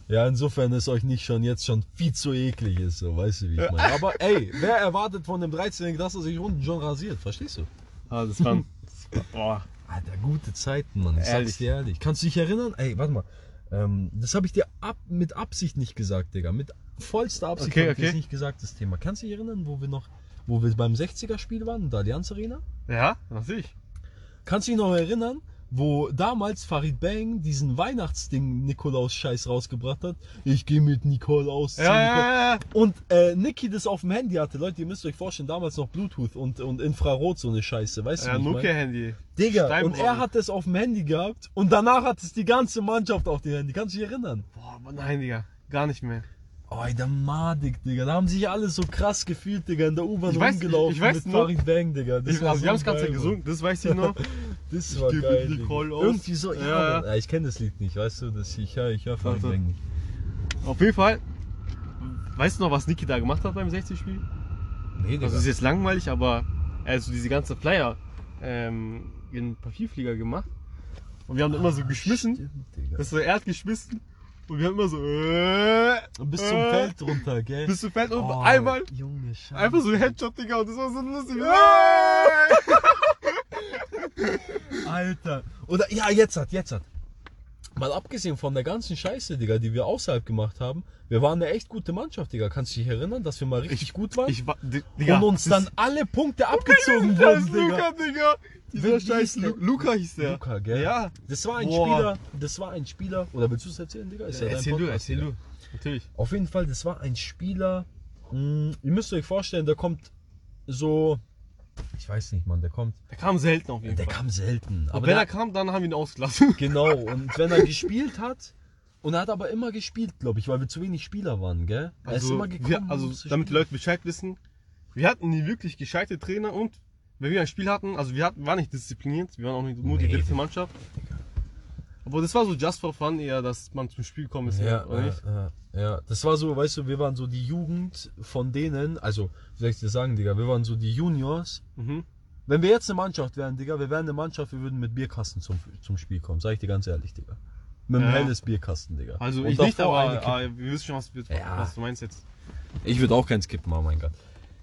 [SPEAKER 2] Ja, insofern ist euch nicht schon jetzt schon viel zu eklig ist, so weißt du, wie ich meine. Aber ey, wer erwartet von dem 13-Jährigen, dass er sich unten schon rasiert? Verstehst du?
[SPEAKER 1] Ah, das waren. das war- Boah.
[SPEAKER 2] Alter, gute Zeiten, Mann. Ich
[SPEAKER 1] Ehrlich.
[SPEAKER 2] sag's dir ehrlich. Kannst du dich erinnern? Ey, warte mal. Ähm, das habe ich dir ab, mit Absicht nicht gesagt, Digga. Mit vollster Absicht
[SPEAKER 1] Okay,
[SPEAKER 2] habe ich dir
[SPEAKER 1] okay.
[SPEAKER 2] das nicht gesagt, das Thema. Kannst du dich erinnern, wo wir noch, wo wir beim 60er-Spiel waren, in der Allianz Arena?
[SPEAKER 1] Ja, natürlich.
[SPEAKER 2] Kannst du dich noch erinnern, wo damals Farid Bang diesen Weihnachtsding Nikolaus-Scheiß rausgebracht hat? Ich gehe mit Nicole aus. zu
[SPEAKER 1] Ja,
[SPEAKER 2] Nicole.
[SPEAKER 1] ja, ja.
[SPEAKER 2] Und äh, Niki das auf dem Handy hatte, Leute, ihr müsst euch vorstellen, damals noch Bluetooth und, und Infrarot, so eine Scheiße, weißt
[SPEAKER 1] Ja,
[SPEAKER 2] du? wie ich mein?
[SPEAKER 1] Nokia-Handy.
[SPEAKER 2] Digga, und
[SPEAKER 1] Steinbrot.
[SPEAKER 2] er hat es auf dem Handy gehabt und danach hat es die ganze Mannschaft auf dem Handy. Kannst du dich erinnern?
[SPEAKER 1] Boah, Mann, nein, Digga. Gar nicht mehr.
[SPEAKER 2] Oh, der Madik, Digga. Da haben sich alle so krass gefühlt, Digga, in der U-Bahn
[SPEAKER 1] Ich weiß-
[SPEAKER 2] rumgelaufen
[SPEAKER 1] ich weiß
[SPEAKER 2] mit
[SPEAKER 1] noch-
[SPEAKER 2] Farid Bang, Digga. Das
[SPEAKER 1] Ich, also, die haben das ganze
[SPEAKER 2] geil,
[SPEAKER 1] Zeit gesungen, das weiß ich noch.
[SPEAKER 2] Mann. Das
[SPEAKER 1] Ich
[SPEAKER 2] war
[SPEAKER 1] geb
[SPEAKER 2] geil,
[SPEAKER 1] mit
[SPEAKER 2] Digga.
[SPEAKER 1] Nicole aus.
[SPEAKER 2] Irgendwie so, ja.
[SPEAKER 1] Ja.
[SPEAKER 2] Mann. Ja, ich kenne das Lied nicht, weißt du? Das, ich höre ich hör Farid
[SPEAKER 1] Warte.
[SPEAKER 2] Bang nicht.
[SPEAKER 1] Auf jeden Fall. Weißt du noch, was Niki da gemacht hat beim 60-Spiel?
[SPEAKER 2] Nee, Digga.
[SPEAKER 1] Das ist jetzt langweilig, aber er hat so diese ganze Flyer ähm, in Papierflieger gemacht. Und wir haben dann immer so geschmissen.
[SPEAKER 2] Stimmt, Digga.
[SPEAKER 1] Das ist so, er hat geschmissen. Und wir haben immer so. Äh,
[SPEAKER 2] Und bis zum
[SPEAKER 1] äh,
[SPEAKER 2] Feld runter, gell?
[SPEAKER 1] Bis zum Feld. Und
[SPEAKER 2] Oh,
[SPEAKER 1] einmal.
[SPEAKER 2] Junge, Scheiße.
[SPEAKER 1] Einfach so ein Headshot, Digga. Und das war so lustig. Äh.
[SPEAKER 2] Alter. Oder ja, jetzt hat, jetzt hat. Mal abgesehen von der ganzen Scheiße, Digga, die wir außerhalb gemacht haben, wir waren eine echt gute Mannschaft, Digga. Kannst du dich erinnern, dass wir mal richtig gut waren?
[SPEAKER 1] Ich war. Digga.
[SPEAKER 2] und uns
[SPEAKER 1] das-
[SPEAKER 2] dann alle Punkte abgezogen
[SPEAKER 1] Das ist
[SPEAKER 2] wurden, Digga.
[SPEAKER 1] Luca, Digga. Dieser
[SPEAKER 2] Wie- wie
[SPEAKER 1] scheiß
[SPEAKER 2] hieß der?
[SPEAKER 1] Lu Luca hieß der.
[SPEAKER 2] Luca, gell?
[SPEAKER 1] Ja.
[SPEAKER 2] Das war ein
[SPEAKER 1] Boah.
[SPEAKER 2] Spieler, das war ein Spieler, oder willst du es erzählen, Digga? Ist ja dein
[SPEAKER 1] Erzähl du,
[SPEAKER 2] Podcast,
[SPEAKER 1] erzähl
[SPEAKER 2] Digga.
[SPEAKER 1] du. Natürlich.
[SPEAKER 2] Auf jeden Fall, das war ein Spieler. Mh, ihr müsst euch vorstellen, der kommt so. Ich weiß nicht, Mann, der kommt.
[SPEAKER 1] Der kam selten auf jeden
[SPEAKER 2] Der
[SPEAKER 1] Fall.
[SPEAKER 2] kam selten.
[SPEAKER 1] Aber
[SPEAKER 2] Aber
[SPEAKER 1] wenn
[SPEAKER 2] der,
[SPEAKER 1] er kam, dann haben wir ihn ausgelassen.
[SPEAKER 2] Genau, und wenn er gespielt hat, und er hat aber immer gespielt, glaube ich, weil wir zu wenig Spieler waren, gell? Er ist immer gekommen.
[SPEAKER 1] wir, also
[SPEAKER 2] um zu
[SPEAKER 1] damit die
[SPEAKER 2] spielen.
[SPEAKER 1] Leute Bescheid wissen, wir hatten nie wirklich gescheite Trainer und wenn wir ein Spiel hatten, also wir hatten, waren nicht diszipliniert, wir waren auch nicht nur die
[SPEAKER 2] Nee,
[SPEAKER 1] dritte
[SPEAKER 2] Digga.
[SPEAKER 1] Mannschaft. Aber das war so just for fun eher, dass man zum Spiel kommen ist,
[SPEAKER 2] Ja,
[SPEAKER 1] oder
[SPEAKER 2] ja,
[SPEAKER 1] nicht?
[SPEAKER 2] ja, ja, das war so, weißt du, wir waren so die Jugend von denen, also, wie soll ich dir sagen, Digga, wir waren so die Juniors.
[SPEAKER 1] Mhm.
[SPEAKER 2] Wenn wir jetzt eine Mannschaft wären, Digga, wir wären eine Mannschaft, wir würden mit Bierkasten zum, zum Spiel kommen, sag ich dir ganz ehrlich, Digga. Mit einem
[SPEAKER 1] Ja.
[SPEAKER 2] helles Bierkasten, Digga.
[SPEAKER 1] Also
[SPEAKER 2] Und
[SPEAKER 1] ich nicht,
[SPEAKER 2] davor
[SPEAKER 1] aber
[SPEAKER 2] eine Kippe.
[SPEAKER 1] ah, wir wissen schon, was, wir-
[SPEAKER 2] Ja.
[SPEAKER 1] was du meinst jetzt.
[SPEAKER 2] Ich würde auch keins kippen, oh mein Gott.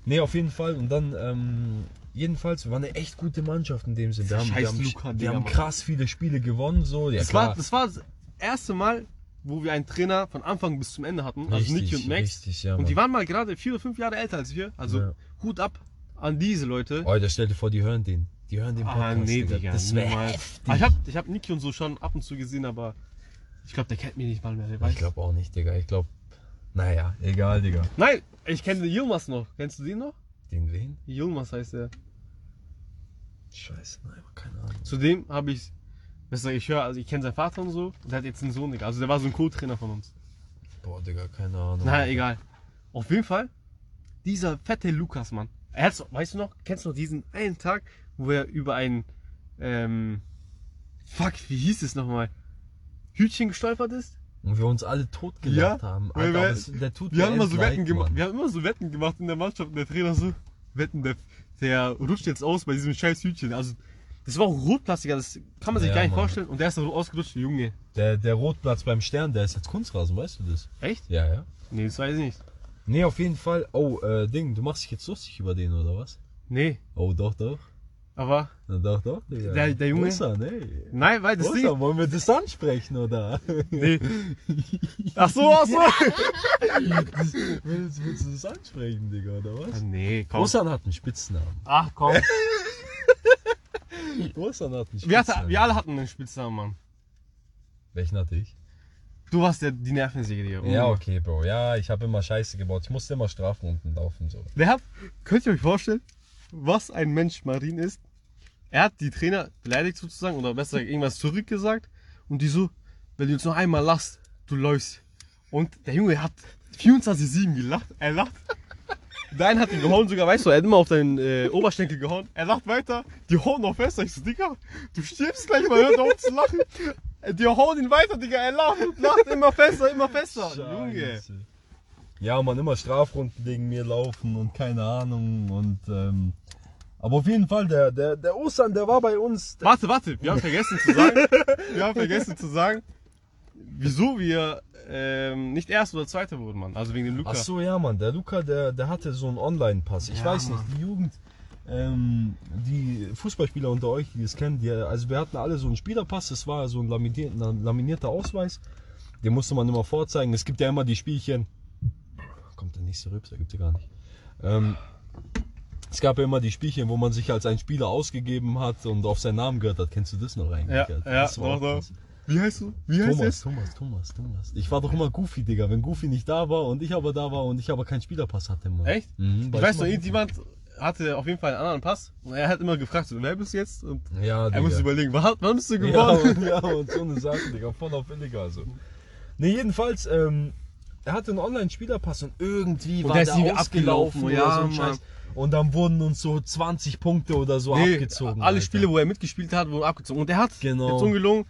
[SPEAKER 2] Nee, auf jeden Fall. Und dann, ähm, jedenfalls, wir waren eine echt gute Mannschaft in dem Sinne. Wir haben,
[SPEAKER 1] Scheiß
[SPEAKER 2] wir haben,
[SPEAKER 1] Luca,
[SPEAKER 2] wir
[SPEAKER 1] Digga,
[SPEAKER 2] haben
[SPEAKER 1] Mann.
[SPEAKER 2] krass viele Spiele gewonnen. So. Ja,
[SPEAKER 1] das,
[SPEAKER 2] klar.
[SPEAKER 1] war, das war das erste Mal, wo wir einen Trainer von Anfang bis zum Ende hatten, also Niki und Max.
[SPEAKER 2] Richtig, ja,
[SPEAKER 1] und die
[SPEAKER 2] Mann.
[SPEAKER 1] waren mal gerade vier oder fünf Jahre älter als wir, also
[SPEAKER 2] Ja.
[SPEAKER 1] Hut ab an diese Leute.
[SPEAKER 2] Oh, da stell dir vor, die hören den. Die hören den Podcast.
[SPEAKER 1] Ah, nee, Digga.
[SPEAKER 2] Das wäre
[SPEAKER 1] niemals.
[SPEAKER 2] heftig.
[SPEAKER 1] Aber ich hab, ich hab Niki und so schon ab und zu gesehen, aber ich glaube, der kennt mich nicht mal mehr. der weiß-
[SPEAKER 2] ich glaube auch nicht, Digga. Ich glaube, naja, egal, Digga.
[SPEAKER 1] Nein, ich kenne den Yilmaz noch. Kennst du den noch?
[SPEAKER 2] Den wen?
[SPEAKER 1] Yilmaz heißt er.
[SPEAKER 2] Scheiße, nein, keine Ahnung.
[SPEAKER 1] Zudem habe ich, weißt du, ich höre, also ich kenne seinen Vater und so. Der hat jetzt einen Sohn, Digga. Also der war so ein Co-Trainer von uns.
[SPEAKER 2] Boah, Digga, keine Ahnung.
[SPEAKER 1] Na, egal. Auf jeden Fall, dieser fette Lukas, Mann. Er hat's, weißt du noch, kennst du noch diesen einen Tag, wo er über ein, ähm, fuck, wie hieß es nochmal? Hütchen gestolpert ist?
[SPEAKER 2] Und wir uns alle
[SPEAKER 1] Ja,
[SPEAKER 2] totgelacht haben.
[SPEAKER 1] weil
[SPEAKER 2] Alter, aber
[SPEAKER 1] wir-
[SPEAKER 2] es, der tut
[SPEAKER 1] Wir
[SPEAKER 2] mir
[SPEAKER 1] haben immer
[SPEAKER 2] echt
[SPEAKER 1] so
[SPEAKER 2] leid,
[SPEAKER 1] Wetten gemacht.
[SPEAKER 2] Mann.
[SPEAKER 1] Wir haben immer so Wetten gemacht in der Mannschaft und der Trainer so, Wetten, der, der rutscht jetzt aus bei diesem scheiß Hütchen. Also das war auch Rotplastiker, das kann man sich
[SPEAKER 2] Ja,
[SPEAKER 1] gar nicht
[SPEAKER 2] Mann.
[SPEAKER 1] vorstellen. Und der ist so ausgerutscht, Junge.
[SPEAKER 2] Der, der Rotplatz beim Stern, der ist jetzt Kunstrasen, weißt du das?
[SPEAKER 1] Echt?
[SPEAKER 2] Ja, ja.
[SPEAKER 1] Nee, das weiß ich nicht.
[SPEAKER 2] Nee, auf jeden Fall. Oh, äh, Ding, du machst dich jetzt lustig über den, oder was?
[SPEAKER 1] Nee.
[SPEAKER 2] Oh, doch, doch.
[SPEAKER 1] Aber.
[SPEAKER 2] Na, doch, doch. Digga.
[SPEAKER 1] Der- der Junge?
[SPEAKER 2] Busser, nee.
[SPEAKER 1] Nein, weil das Ding.
[SPEAKER 2] Busser, wollen wir das ansprechen, oder?
[SPEAKER 1] Nee. Ach so, ach so.
[SPEAKER 2] Das- willst, willst du das ansprechen, Digga, oder was?
[SPEAKER 1] nee, Ah, komm.
[SPEAKER 2] Busser hat einen Spitznamen.
[SPEAKER 1] Ach komm.
[SPEAKER 2] Ursan hat einen
[SPEAKER 1] Wir, hatte, wir alle hatten einen Spitznamen, Mann.
[SPEAKER 2] Welchen hatte ich?
[SPEAKER 1] Du warst der, die Nervensäge, Digga.
[SPEAKER 2] Ja, okay, Bro. Ja, ich habe immer Scheiße gebaut. Ich musste immer Strafen unten laufen. So.
[SPEAKER 1] Der hat, könnt ihr euch vorstellen, was ein Mensch Marin ist? Er hat die Trainer beleidigt sozusagen oder besser gesagt irgendwas zurückgesagt und die so, wenn du uns noch einmal lachst, du läufst. Und der Junge hat 24-7 gelacht, er lacht. Dein hat ihn gehauen sogar, weißt du, er hat immer auf deinen äh, Oberschenkel gehauen. Er lacht weiter, die hauen noch fester. Ich so, Digga, du stirbst gleich mal, hör auf zu lachen. Die hauen ihn weiter, Digga, er lacht, und lacht immer fester, immer fester. Junge.
[SPEAKER 2] Scheiße. Ja, man, immer Strafrunden wegen mir laufen und keine Ahnung. Und, ähm, aber auf jeden Fall, der, der, der Osan, der war bei uns. Der,
[SPEAKER 1] Warte, warte, wir haben vergessen zu sagen, wir haben vergessen zu sagen, wieso wir ähm, nicht erst oder zweiter wurden, Mann. Also wegen dem Luca.
[SPEAKER 2] Ach so, ja, Mann, der Luca, der, der hatte so einen Online-Pass. Ich
[SPEAKER 1] Ja,
[SPEAKER 2] weiß
[SPEAKER 1] Mann.
[SPEAKER 2] nicht, die Jugend, ähm, die Fußballspieler unter euch, die es kennen, die, also wir hatten alle so einen Spielerpass. Das war so ein laminier- ein laminierter Ausweis. Den musste man immer vorzeigen. Es gibt ja immer die Spielchen. Kommt der nächste Rübser, gibt ja gar nicht. Ähm, es gab ja immer die Spielchen, wo man sich als ein Spieler ausgegeben hat und auf seinen Namen gehört hat. Kennst du das noch eigentlich?
[SPEAKER 1] Ja,
[SPEAKER 2] Alter?
[SPEAKER 1] ja,
[SPEAKER 2] das war auch
[SPEAKER 1] doch, doch.
[SPEAKER 2] krass.
[SPEAKER 1] Wie heißt du? Wie heißt
[SPEAKER 2] Thomas,
[SPEAKER 1] es?
[SPEAKER 2] Thomas, Thomas, Thomas. Ich war doch immer Goofy, Digga. Wenn Goofy nicht da war und ich aber da war und ich aber keinen Spielerpass hatte, Mann.
[SPEAKER 1] Echt?
[SPEAKER 2] Mhm,
[SPEAKER 1] Ich
[SPEAKER 2] war
[SPEAKER 1] weiß noch,
[SPEAKER 2] immer
[SPEAKER 1] irgendjemand hatte auf jeden Fall einen anderen Pass und er hat immer gefragt, so, wer bist du jetzt? Und
[SPEAKER 2] Goofy. Ja, Digga.
[SPEAKER 1] er muss überlegen, wann, wann bist du
[SPEAKER 2] ja,
[SPEAKER 1] geworden?
[SPEAKER 2] und, ja, und so eine Sache, Digga. Voll auf illegal so. Ne, jedenfalls, ähm, er hatte einen Online-Spielerpass und irgendwie
[SPEAKER 1] Und
[SPEAKER 2] war
[SPEAKER 1] der
[SPEAKER 2] der,
[SPEAKER 1] ist irgendwie
[SPEAKER 2] ausgelaufen
[SPEAKER 1] abgelaufen,
[SPEAKER 2] oder
[SPEAKER 1] ja,
[SPEAKER 2] so ein
[SPEAKER 1] Mann.
[SPEAKER 2] Scheiß. Und dann wurden uns so 20 Punkte oder so
[SPEAKER 1] Nee,
[SPEAKER 2] abgezogen.
[SPEAKER 1] Alle
[SPEAKER 2] Alter.
[SPEAKER 1] Spiele, wo er mitgespielt hat, wurden abgezogen. Und er hat
[SPEAKER 2] Genau.
[SPEAKER 1] jetzt ungelungen.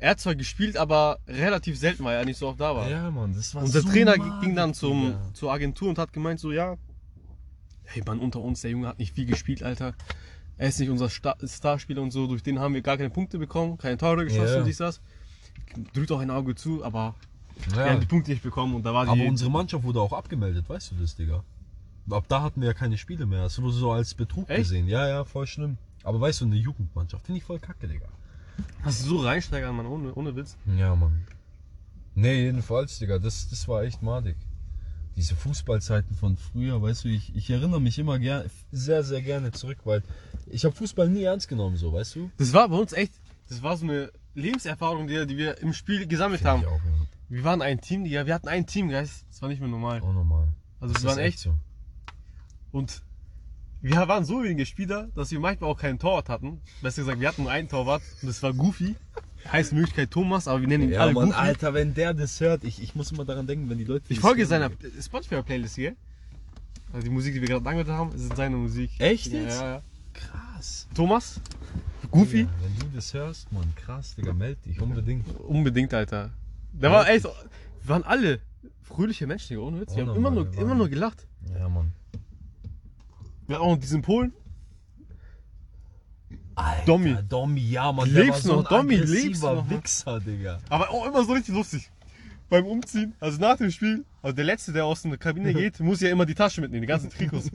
[SPEAKER 1] Er hat zwar gespielt, aber relativ selten, weil er nicht so oft da war.
[SPEAKER 2] Ja, Mann, das war
[SPEAKER 1] Unser
[SPEAKER 2] so
[SPEAKER 1] Trainer
[SPEAKER 2] madig,
[SPEAKER 1] ging dann zum,
[SPEAKER 2] Digga.
[SPEAKER 1] zur Agentur und hat gemeint, so ja, hey Mann, unter uns, der Junge hat nicht viel gespielt, Alter. Er ist nicht unser Sta- Starspieler und so, durch den haben wir gar keine Punkte bekommen, keine Tore geschossen
[SPEAKER 2] Ja.
[SPEAKER 1] und dies, das. Drückt auch ein Auge zu, aber wir
[SPEAKER 2] Ja.
[SPEAKER 1] haben die Punkte nicht bekommen und da war
[SPEAKER 2] Aber
[SPEAKER 1] die.
[SPEAKER 2] unsere Mannschaft wurde auch abgemeldet, weißt du das, Digga? Ab da hatten wir ja keine Spiele mehr. Das wurde so als Betrug
[SPEAKER 1] Echt?
[SPEAKER 2] gesehen. Ja, ja, voll schlimm. Aber weißt du, eine Jugendmannschaft finde ich voll kacke, Digga.
[SPEAKER 1] Hast du so reinsteigern, Mann, ohne, ohne Witz.
[SPEAKER 2] Ja, Mann. Nee, jedenfalls, Digga, das, das war echt madig. Diese Fußballzeiten von früher, weißt du, ich, ich erinnere mich immer ger sehr, sehr gerne zurück, weil ich habe Fußball nie ernst genommen, so, weißt du?
[SPEAKER 1] Das war bei uns echt, das war so eine Lebenserfahrung, die, die wir im Spiel gesammelt haben.
[SPEAKER 2] Ich auch, ja.
[SPEAKER 1] Wir waren ein Team, Digga, wir hatten ein Team, Guys. Das war nicht mehr normal.
[SPEAKER 2] auch normal.
[SPEAKER 1] Also
[SPEAKER 2] Das
[SPEAKER 1] wir waren
[SPEAKER 2] ist
[SPEAKER 1] echt
[SPEAKER 2] so.
[SPEAKER 1] Und wir waren so wenige Spieler, dass wir manchmal auch keinen Torwart hatten. Besser gesagt, wir hatten nur einen Torwart und das war Goofy. Heißt in Möglichkeit Thomas, aber wir nennen ihn
[SPEAKER 2] Ja,
[SPEAKER 1] alle
[SPEAKER 2] Mann,
[SPEAKER 1] Goofy.
[SPEAKER 2] Alter, wenn der das hört, ich, ich muss immer daran denken, wenn die Leute.
[SPEAKER 1] Ich
[SPEAKER 2] das
[SPEAKER 1] folge
[SPEAKER 2] hören,
[SPEAKER 1] seiner
[SPEAKER 2] Digga.
[SPEAKER 1] Spotify-Playlist hier. Also die Musik, die wir gerade angehört haben, ist seine Musik.
[SPEAKER 2] Echt
[SPEAKER 1] Ja,
[SPEAKER 2] jetzt?
[SPEAKER 1] ja, ja.
[SPEAKER 2] Krass.
[SPEAKER 1] Thomas, Goofy,
[SPEAKER 2] Digga, wenn du das hörst, Mann, krass, Digga, meld dich unbedingt.
[SPEAKER 1] unbedingt, Alter. Da war echt, wir waren alle fröhliche Menschen, Digga, ohne Witz. Wir
[SPEAKER 2] Oh,
[SPEAKER 1] haben immer
[SPEAKER 2] Mann,
[SPEAKER 1] nur,
[SPEAKER 2] wir
[SPEAKER 1] immer
[SPEAKER 2] waren-
[SPEAKER 1] nur gelacht.
[SPEAKER 2] Ja, Mann.
[SPEAKER 1] Wir hatten auch noch diesen Polen.
[SPEAKER 2] Alter,
[SPEAKER 1] Dommi.
[SPEAKER 2] Dommi, ja, Mann.
[SPEAKER 1] Lebst
[SPEAKER 2] der war
[SPEAKER 1] noch,
[SPEAKER 2] so ein
[SPEAKER 1] Dommi, lebst
[SPEAKER 2] aggressiver
[SPEAKER 1] noch, Mann.
[SPEAKER 2] Wichser, Digga.
[SPEAKER 1] Aber auch immer so richtig lustig. Beim Umziehen, also nach dem Spiel, also der Letzte, der aus der Kabine geht, muss ja immer die Tasche mitnehmen, die ganzen Trikots.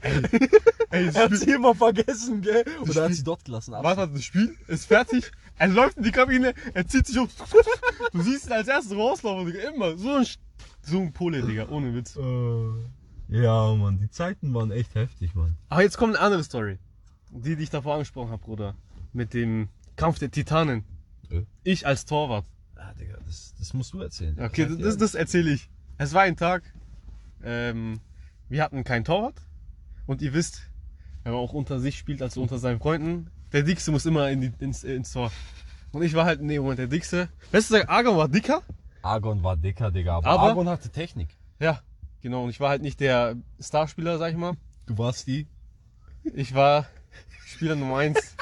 [SPEAKER 1] Ey, ey
[SPEAKER 2] Er
[SPEAKER 1] das
[SPEAKER 2] hat
[SPEAKER 1] Spiel,
[SPEAKER 2] sie immer vergessen, gell? Oder hat
[SPEAKER 1] Spiel-
[SPEAKER 2] sie dort gelassen?
[SPEAKER 1] warte, warte, das Spiel ist fertig, er läuft in die Kabine, er zieht sich um. Du siehst ihn als erstes rauslaufen, Digga, immer. So ein, Sch- so ein Pole, Digga, ohne Witz.
[SPEAKER 2] Äh, ja, Mann, die Zeiten waren echt heftig, Mann.
[SPEAKER 1] Aber jetzt kommt eine andere Story, die, die ich davor angesprochen habe, Bruder. Mit dem Kampf der Titanen.
[SPEAKER 2] Äh?
[SPEAKER 1] Ich als Torwart.
[SPEAKER 2] Ja, Ah, Digga, das, das musst du erzählen.
[SPEAKER 1] Okay,
[SPEAKER 2] Sag dir
[SPEAKER 1] das, das erzähle ich. Es war ein Tag, ähm, wir hatten keinen Torwart. Und ihr wisst, wenn man auch unter sich spielt, also unter seinen Freunden, der Dickste muss immer in die, ins, ins Tor. Und ich war halt in dem Moment der Dickste. Besser gesagt, Argon war dicker.
[SPEAKER 2] Argon war dicker, Digga, aber,
[SPEAKER 1] Aber-
[SPEAKER 2] Argon hatte Technik.
[SPEAKER 1] Ja, genau. Und ich war halt nicht der Starspieler, sag ich mal.
[SPEAKER 2] Du warst die.
[SPEAKER 1] Ich war Spieler Nummer eins.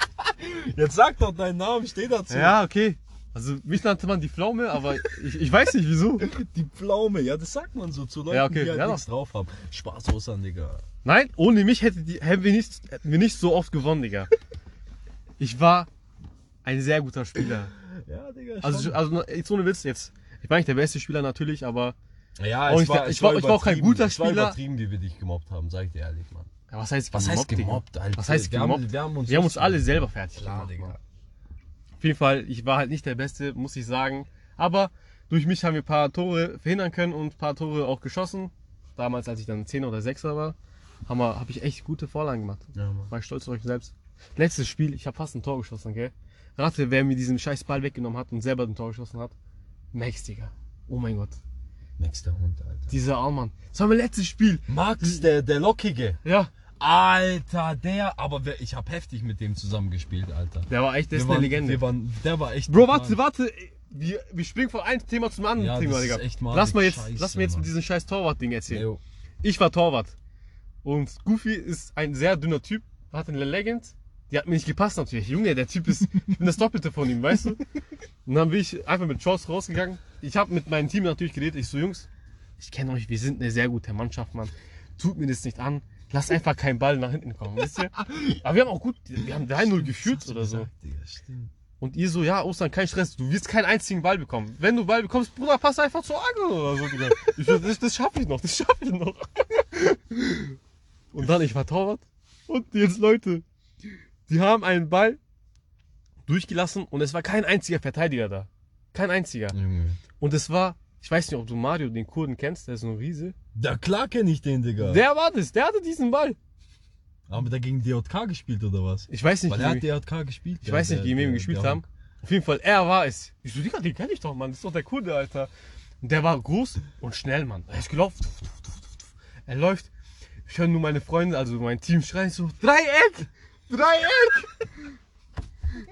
[SPEAKER 2] Jetzt sag doch deinen Namen, steh dazu.
[SPEAKER 1] Ja, okay. Also mich nannte man die Pflaume, aber ich, ich weiß nicht wieso.
[SPEAKER 2] Die Pflaume, ja, das sagt man so zu Leuten,
[SPEAKER 1] Ja, okay,
[SPEAKER 2] die halt
[SPEAKER 1] ja,
[SPEAKER 2] nichts drauf haben. Spaß, Ostern, Digga.
[SPEAKER 1] Nein, ohne mich hätte die, hätten, wir nicht, hätten wir nicht so oft gewonnen, Digga. Ich war ein sehr guter Spieler.
[SPEAKER 2] Ja, Digga.
[SPEAKER 1] Also,
[SPEAKER 2] schon.
[SPEAKER 1] also jetzt ohne Witz jetzt. Ich war nicht der beste Spieler natürlich, aber
[SPEAKER 2] Ja,
[SPEAKER 1] Auch
[SPEAKER 2] es
[SPEAKER 1] nicht
[SPEAKER 2] war,
[SPEAKER 1] der-
[SPEAKER 2] es
[SPEAKER 1] Oh, ich war- ich war auch kein
[SPEAKER 2] übertrieben.
[SPEAKER 1] guter
[SPEAKER 2] Es war
[SPEAKER 1] Spieler.
[SPEAKER 2] übertrieben, wie wir dich gemobbt haben, sag ich dir ehrlich, Mann.
[SPEAKER 1] ja, was heißt
[SPEAKER 2] Was heißt
[SPEAKER 1] Digga?
[SPEAKER 2] gemobbt, Alter?
[SPEAKER 1] Was heißt
[SPEAKER 2] Wir haben-
[SPEAKER 1] gemobbt?
[SPEAKER 2] wir haben uns nicht-
[SPEAKER 1] alle selber fertig
[SPEAKER 2] Klar,
[SPEAKER 1] gemacht.
[SPEAKER 2] Digga.
[SPEAKER 1] Mann. Auf jeden Fall, ich war halt nicht der Beste, muss ich sagen. Aber durch mich haben wir ein paar Tore verhindern können und ein paar Tore auch geschossen. Damals, als ich dann 10 oder 6er war, habe hab ich echt gute Vorlagen gemacht.
[SPEAKER 2] Ja, Mann.
[SPEAKER 1] War ich stolz auf euch selbst. Letztes Spiel, ich habe fast ein Tor geschossen, gell? Rate, wer mir diesen scheiß Ball weggenommen hat und selber ein Tor geschossen hat. Max, Digga. Oh mein Gott.
[SPEAKER 2] Nächster Hund, Alter.
[SPEAKER 1] Dieser Allmann. Das war mein letztes Spiel.
[SPEAKER 2] Max, der, der Lockige.
[SPEAKER 1] Ja.
[SPEAKER 2] Alter, der, aber wer, ich habe heftig mit dem zusammengespielt, Alter.
[SPEAKER 1] Der war echt, der ist
[SPEAKER 2] waren,
[SPEAKER 1] eine Legende.
[SPEAKER 2] Wir waren, der war echt.
[SPEAKER 1] Bro,
[SPEAKER 2] brutal.
[SPEAKER 1] warte, warte. Wir, wir springen von einem Thema zum anderen
[SPEAKER 2] Ja, das
[SPEAKER 1] Thema,
[SPEAKER 2] ist
[SPEAKER 1] Digga.
[SPEAKER 2] echt mal
[SPEAKER 1] lass mal jetzt,
[SPEAKER 2] Scheiße,
[SPEAKER 1] lass mir jetzt
[SPEAKER 2] Mann.
[SPEAKER 1] mit diesem scheiß Torwart-Ding erzählen.
[SPEAKER 2] Jo.
[SPEAKER 1] Ich war Torwart. Und Goofy ist ein sehr dünner Typ, hat eine Legend. Die hat mir nicht gepasst natürlich. Junge, der Typ ist, ich bin das Doppelte von ihm, weißt du? Und dann bin ich einfach mit Chance rausgegangen. Ich habe mit meinem Team natürlich geredet. Ich so, Jungs, ich kenne euch, wir sind eine sehr gute Mannschaft, Mann. Tut mir das nicht an. Lasst einfach keinen Ball nach hinten kommen, wisst ihr? Aber wir haben auch gut, wir haben 3-0 geführt
[SPEAKER 2] Hast du
[SPEAKER 1] oder so.
[SPEAKER 2] gesagt, Digga, stimmt.
[SPEAKER 1] Und ihr so, ja, Ostern, kein Stress, du wirst keinen einzigen Ball bekommen. Wenn du Ball bekommst, Bruder, pass einfach zur Angel oder so. Digga. Ich so, das, das schaffe ich noch, das schaffe ich noch. Und dann, ich war Torwart. Und jetzt, Leute, die haben einen Ball durchgelassen und es war kein einziger Verteidiger da. Kein einziger.
[SPEAKER 2] Junge.
[SPEAKER 1] Und es war, ich weiß nicht, ob du Mario, den Kurden, kennst, der ist so ein Riese.
[SPEAKER 2] Da klar kenne ich den, Digga.
[SPEAKER 1] Der war das, der hatte diesen Ball.
[SPEAKER 2] Haben wir da gegen DJK gespielt oder was?
[SPEAKER 1] Ich weiß nicht,
[SPEAKER 2] Weil
[SPEAKER 1] wie-
[SPEAKER 2] er hat DJK gespielt.
[SPEAKER 1] Ich weiß nicht,
[SPEAKER 2] der-
[SPEAKER 1] gegen wen wir
[SPEAKER 2] der-
[SPEAKER 1] gespielt
[SPEAKER 2] der-
[SPEAKER 1] haben. Auf jeden Fall, er war es. Ich so, Digga, den kenn ich doch, Mann. Das ist doch der Kunde, Alter. Und der war groß und schnell, Mann. Er ist gelaufen. Tuff, tuff, tuff, tuff, tuff. Er läuft. Ich höre nur meine Freunde, also mein Team schreien so, Dreieck! Dreieck!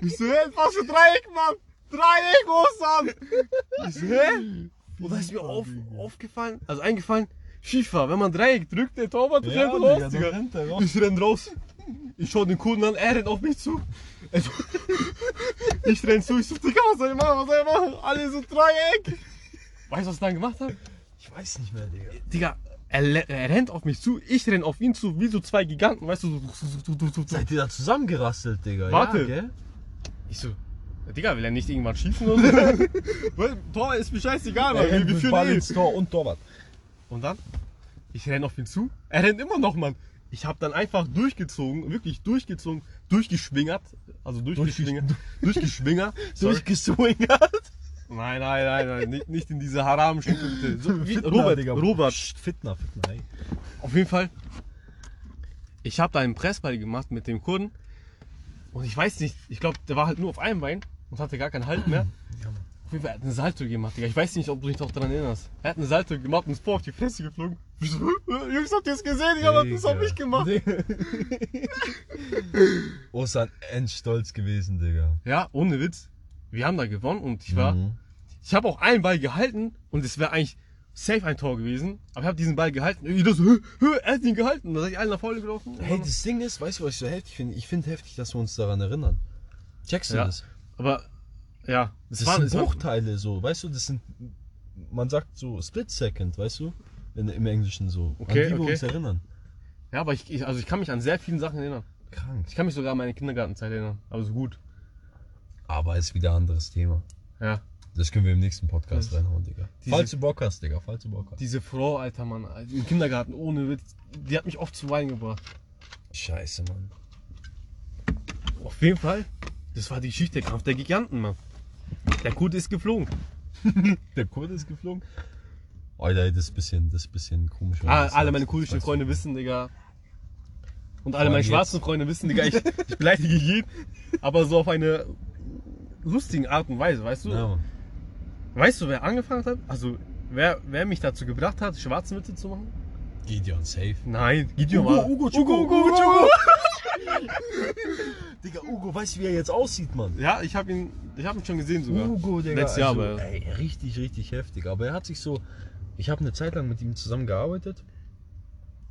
[SPEAKER 1] Ich so, hä, was für Dreieck, Mann? Dreieck, Ostern! Ich so, hä? Und da ist mir auf, aufgefallen, also eingefallen, FIFA, wenn man Dreieck drückt, der Torwart
[SPEAKER 2] Ja,
[SPEAKER 1] rennt
[SPEAKER 2] Digga,
[SPEAKER 1] raus,
[SPEAKER 2] da
[SPEAKER 1] Digga.
[SPEAKER 2] rennt er raus.
[SPEAKER 1] Ich renn raus. Ich schau den Kunden an, er rennt auf mich zu. Also, ich renn zu, ich so, Digga, was soll ich machen, was soll ich machen? Alle so Dreieck. Weißt du, was ich dann gemacht habe?
[SPEAKER 2] Ich weiß nicht mehr, Digga.
[SPEAKER 1] Digga, er, le- er rennt auf mich zu, ich renn auf ihn zu, wie so zwei Giganten, weißt du, so. so, so, so, so, so.
[SPEAKER 2] Seid ihr da zusammengerasselt, Digga?
[SPEAKER 1] Warte.
[SPEAKER 2] Ja, gell?
[SPEAKER 1] Ich so, Digga, will er nicht irgendwann schießen oder so? Weil, Tor ist mir scheißegal,
[SPEAKER 2] Er
[SPEAKER 1] Mann, wir,
[SPEAKER 2] rennt
[SPEAKER 1] wir
[SPEAKER 2] mit
[SPEAKER 1] führen
[SPEAKER 2] Ball
[SPEAKER 1] eh.
[SPEAKER 2] ins Tor und Torwart.
[SPEAKER 1] Und dann, ich renn auf ihn zu. Er rennt immer noch, Mann. Ich habe dann einfach durchgezogen, wirklich durchgezogen, durchgeschwingert, also durchgeschwingert, durchgeschwingert. Sorry.
[SPEAKER 2] Durchgeswingert.
[SPEAKER 1] Nein, nein, nein, nein, nicht, nicht in diese Haram-Schnitte, bitte. So, wie,
[SPEAKER 2] Fitner,
[SPEAKER 1] Robert,
[SPEAKER 2] Digga.
[SPEAKER 1] Robert,
[SPEAKER 2] Psst, Fitner, Fitner, ey.
[SPEAKER 1] auf jeden Fall. Ich habe da einen Pressball gemacht mit dem Kurden. Und ich weiß nicht, ich glaube, der war halt nur auf einem Bein und hatte gar keinen Halt mehr.
[SPEAKER 2] Ja, Mann.
[SPEAKER 1] Auf jeden Fall, er hat einen Salto gemacht, Digga. Ich weiß nicht, ob du dich noch daran erinnerst. Er hat einen Salto gemacht und ist vor auf die Fresse geflogen. Ich so, Jungs, habt ihr es gesehen? Digga, was das hab
[SPEAKER 2] Digga.
[SPEAKER 1] ich gemacht?
[SPEAKER 2] Ostern endstolz gewesen, Digga.
[SPEAKER 1] Ja, ohne Witz. Wir haben da gewonnen und ich war.
[SPEAKER 2] Mhm.
[SPEAKER 1] Ich habe auch einen Ball gehalten und es wäre eigentlich safe ein Tor gewesen. Aber ich habe diesen Ball gehalten. Und das, hö, hö, er hat ihn gehalten. Und dann seid ich alle nach vorne gelaufen.
[SPEAKER 2] Hey, das Ding ist, weißt du, was ich so heftig finde? Ich finde heftig, dass wir uns daran erinnern. Checkst du
[SPEAKER 1] Ja.
[SPEAKER 2] das?
[SPEAKER 1] Aber ja, es
[SPEAKER 2] Das
[SPEAKER 1] war-
[SPEAKER 2] sind
[SPEAKER 1] es war-
[SPEAKER 2] Bruchteile so, weißt du, das sind, man sagt so Split Second, weißt du, in, im Englischen so,
[SPEAKER 1] Okay,
[SPEAKER 2] an die wir
[SPEAKER 1] okay.
[SPEAKER 2] uns erinnern.
[SPEAKER 1] Ja, aber ich, ich, also ich kann mich an sehr vielen Sachen erinnern.
[SPEAKER 2] Krank.
[SPEAKER 1] Ich kann mich sogar an meine Kindergartenzeit erinnern. Aber so gut.
[SPEAKER 2] Aber ist wieder ein anderes Thema.
[SPEAKER 1] Ja.
[SPEAKER 2] Das können wir im nächsten Podcast
[SPEAKER 1] Das-
[SPEAKER 2] reinhauen, Digga.
[SPEAKER 1] Diese-
[SPEAKER 2] falls du Bock hast, Digga, falls du Bock hast.
[SPEAKER 1] Diese Frau, alter Mann, also im Kindergarten ohne Witz, die hat mich oft zu weinen gebracht.
[SPEAKER 2] Scheiße, Mann.
[SPEAKER 1] Auf jeden Fall, das war die Geschichte, der Kampf der Giganten, Mann. Der Kurt ist geflogen.
[SPEAKER 2] Der Kurde ist geflogen. Alter, ey, das ist ein bisschen, das ist ein bisschen komisch. wenn
[SPEAKER 1] Ah,
[SPEAKER 2] du das
[SPEAKER 1] alle
[SPEAKER 2] sagst.
[SPEAKER 1] meine
[SPEAKER 2] Das
[SPEAKER 1] kurdischen
[SPEAKER 2] weißt du.
[SPEAKER 1] Freunde wissen, Digga. Und alle
[SPEAKER 2] allem
[SPEAKER 1] meine
[SPEAKER 2] jetzt.
[SPEAKER 1] schwarzen Freunde wissen, Digga, ich, ich beleidige jeden, aber so auf eine lustige Art und Weise, weißt du?
[SPEAKER 2] Ja, Mann.
[SPEAKER 1] Weißt du, wer angefangen hat? Also, wer, wer mich dazu gebracht hat, schwarze Witze zu machen?
[SPEAKER 2] Gideon, safe.
[SPEAKER 1] Nein, Gideon
[SPEAKER 2] Ugo,
[SPEAKER 1] war...
[SPEAKER 2] Ugo, Chugo,
[SPEAKER 1] Ugo, Ugo,
[SPEAKER 2] Ugo,
[SPEAKER 1] Chugo.
[SPEAKER 2] Digga, Ugo, weißt du, wie er jetzt aussieht, Mann?
[SPEAKER 1] Ja, ich hab ihn, ich hab ihn schon gesehen sogar. Letztes
[SPEAKER 2] Letztes
[SPEAKER 1] Jahr,
[SPEAKER 2] Jahr, also,
[SPEAKER 1] aber-
[SPEAKER 2] ey, richtig, richtig heftig. Aber er hat sich so. Ich habe eine Zeit lang mit ihm zusammengearbeitet.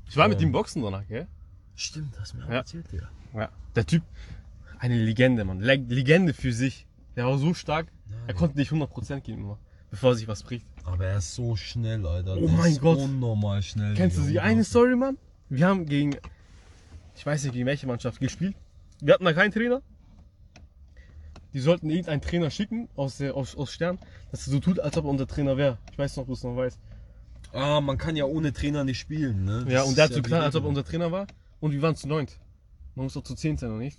[SPEAKER 1] Ich war mit
[SPEAKER 2] Ähm.
[SPEAKER 1] ihm boxen danach, gell?
[SPEAKER 2] Stimmt, das hast du mir auch
[SPEAKER 1] Ja.
[SPEAKER 2] erzählt, Digga.
[SPEAKER 1] Ja. Der Typ, eine Legende, Mann. Le Legende für sich. Der war so stark, er
[SPEAKER 2] Digga.
[SPEAKER 1] konnte nicht 100% geben, immer, bevor sich was bricht.
[SPEAKER 2] Aber er ist so schnell, Alter.
[SPEAKER 1] Oh
[SPEAKER 2] Der
[SPEAKER 1] mein
[SPEAKER 2] ist
[SPEAKER 1] Gott.
[SPEAKER 2] Unnormal schnell.
[SPEAKER 1] Kennst du
[SPEAKER 2] Digga.
[SPEAKER 1] die eine Story, Mann? Wir haben gegen, ich weiß nicht gegen welche Mannschaft gespielt. Wir hatten da keinen Trainer. Die sollten irgendeinen Trainer schicken aus, der, aus, aus Stern, dass er so tut, als ob er unser Trainer wäre. Ich weiß noch, ob du es noch weißt.
[SPEAKER 2] Ah, man kann ja ohne Trainer nicht spielen, ne?
[SPEAKER 1] Ja,
[SPEAKER 2] Das
[SPEAKER 1] und der
[SPEAKER 2] ist
[SPEAKER 1] hat so
[SPEAKER 2] die
[SPEAKER 1] getan, als ob er
[SPEAKER 2] Regel.
[SPEAKER 1] unser Trainer war. Und wir waren zu neunt. Man muss doch zu zehn sein, oder nicht?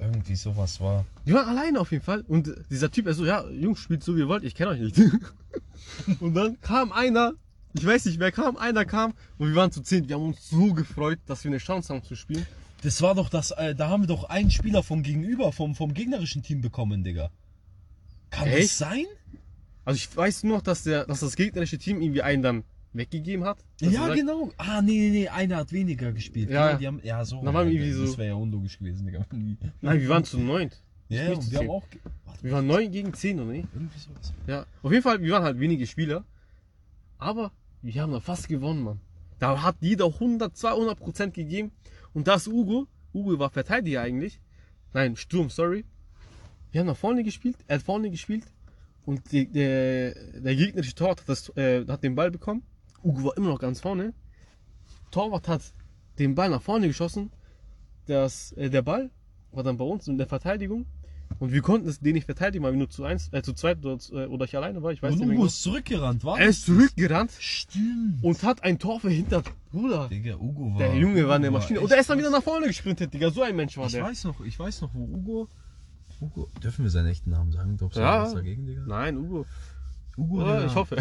[SPEAKER 2] Irgendwie sowas war.
[SPEAKER 1] Die waren alleine auf jeden Fall. Und dieser Typ, er so, ja, Jungs, spielt so, wie ihr wollt, ich kenne euch nicht. und dann kam einer, ich weiß nicht, wer kam, einer kam und wir waren zu zehn. Wir haben uns so gefreut, dass wir eine Chance haben zu spielen.
[SPEAKER 3] Das war doch das, äh, da haben wir doch einen Spieler vom Gegenüber, vom, vom gegnerischen Team bekommen, Digga. Kann
[SPEAKER 1] Echt?
[SPEAKER 3] das sein?
[SPEAKER 1] Also ich weiß nur noch, dass, der, dass das gegnerische Team irgendwie einen dann weggegeben hat. Also Dass er
[SPEAKER 3] ja,
[SPEAKER 1] sagt,
[SPEAKER 3] genau. Ah, nee, nee, nee, einer hat weniger gespielt.
[SPEAKER 1] Ja,
[SPEAKER 3] Ja,
[SPEAKER 1] ja.
[SPEAKER 3] die haben, ja so.
[SPEAKER 1] Dann waren wir
[SPEAKER 3] ja,
[SPEAKER 1] irgendwie
[SPEAKER 3] das
[SPEAKER 1] so-
[SPEAKER 3] wäre ja unlogisch gewesen, Digga. wenn die-
[SPEAKER 1] Nein, wir waren zu neunt.
[SPEAKER 3] Ja,
[SPEAKER 1] nicht
[SPEAKER 3] und
[SPEAKER 1] zu
[SPEAKER 3] wir haben
[SPEAKER 1] zehn.
[SPEAKER 3] auch. ge- Warte,
[SPEAKER 1] Wir waren neun gegen zehn, oder nicht?
[SPEAKER 3] irgendwie sowas.
[SPEAKER 1] Ja. Auf jeden Fall, wir waren halt wenige Spieler. Aber wir haben da fast gewonnen, Mann. Da hat jeder 100, 200 Prozent gegeben. Und das Ugo, Ugo war Verteidiger eigentlich. Nein, Sturm, sorry. Wir haben nach vorne gespielt, er hat vorne gespielt. Und die, der, der gegnerische Torwart hat, das, äh, hat den Ball bekommen. Ugo war immer noch ganz vorne. Torwart hat den Ball nach vorne geschossen. Das, äh, der Ball war dann bei uns in der Verteidigung. Und wir konnten es den nicht verteidigen, weil wir nur zu, eins, äh, zu zweit oder, zu- äh, oder ich alleine war. Ich weiß
[SPEAKER 3] Und
[SPEAKER 1] nicht mehr
[SPEAKER 3] Ugo
[SPEAKER 1] genau.
[SPEAKER 3] ist zurückgerannt, war?
[SPEAKER 1] Er ist zurückgerannt
[SPEAKER 3] Stimmt.
[SPEAKER 1] und hat ein Tor verhindert. Bruder,
[SPEAKER 3] Digga, Ugo war.
[SPEAKER 1] der Junge war eine
[SPEAKER 3] Ugo
[SPEAKER 1] Maschine.
[SPEAKER 3] echt
[SPEAKER 1] Und er ist dann
[SPEAKER 3] krass.
[SPEAKER 1] wieder nach vorne gesprintet, Digga. So ein Mensch war
[SPEAKER 2] Ich
[SPEAKER 1] der.
[SPEAKER 2] weiß noch, ich weiß noch, wo Ugo. Ugo, dürfen wir seinen echten Namen sagen? Glaubst du,
[SPEAKER 1] Ja.
[SPEAKER 2] was dagegen, Digga?
[SPEAKER 1] Nein, Ugo.
[SPEAKER 2] Ugo,
[SPEAKER 1] Oder?
[SPEAKER 2] Digga,
[SPEAKER 1] Ich hoffe.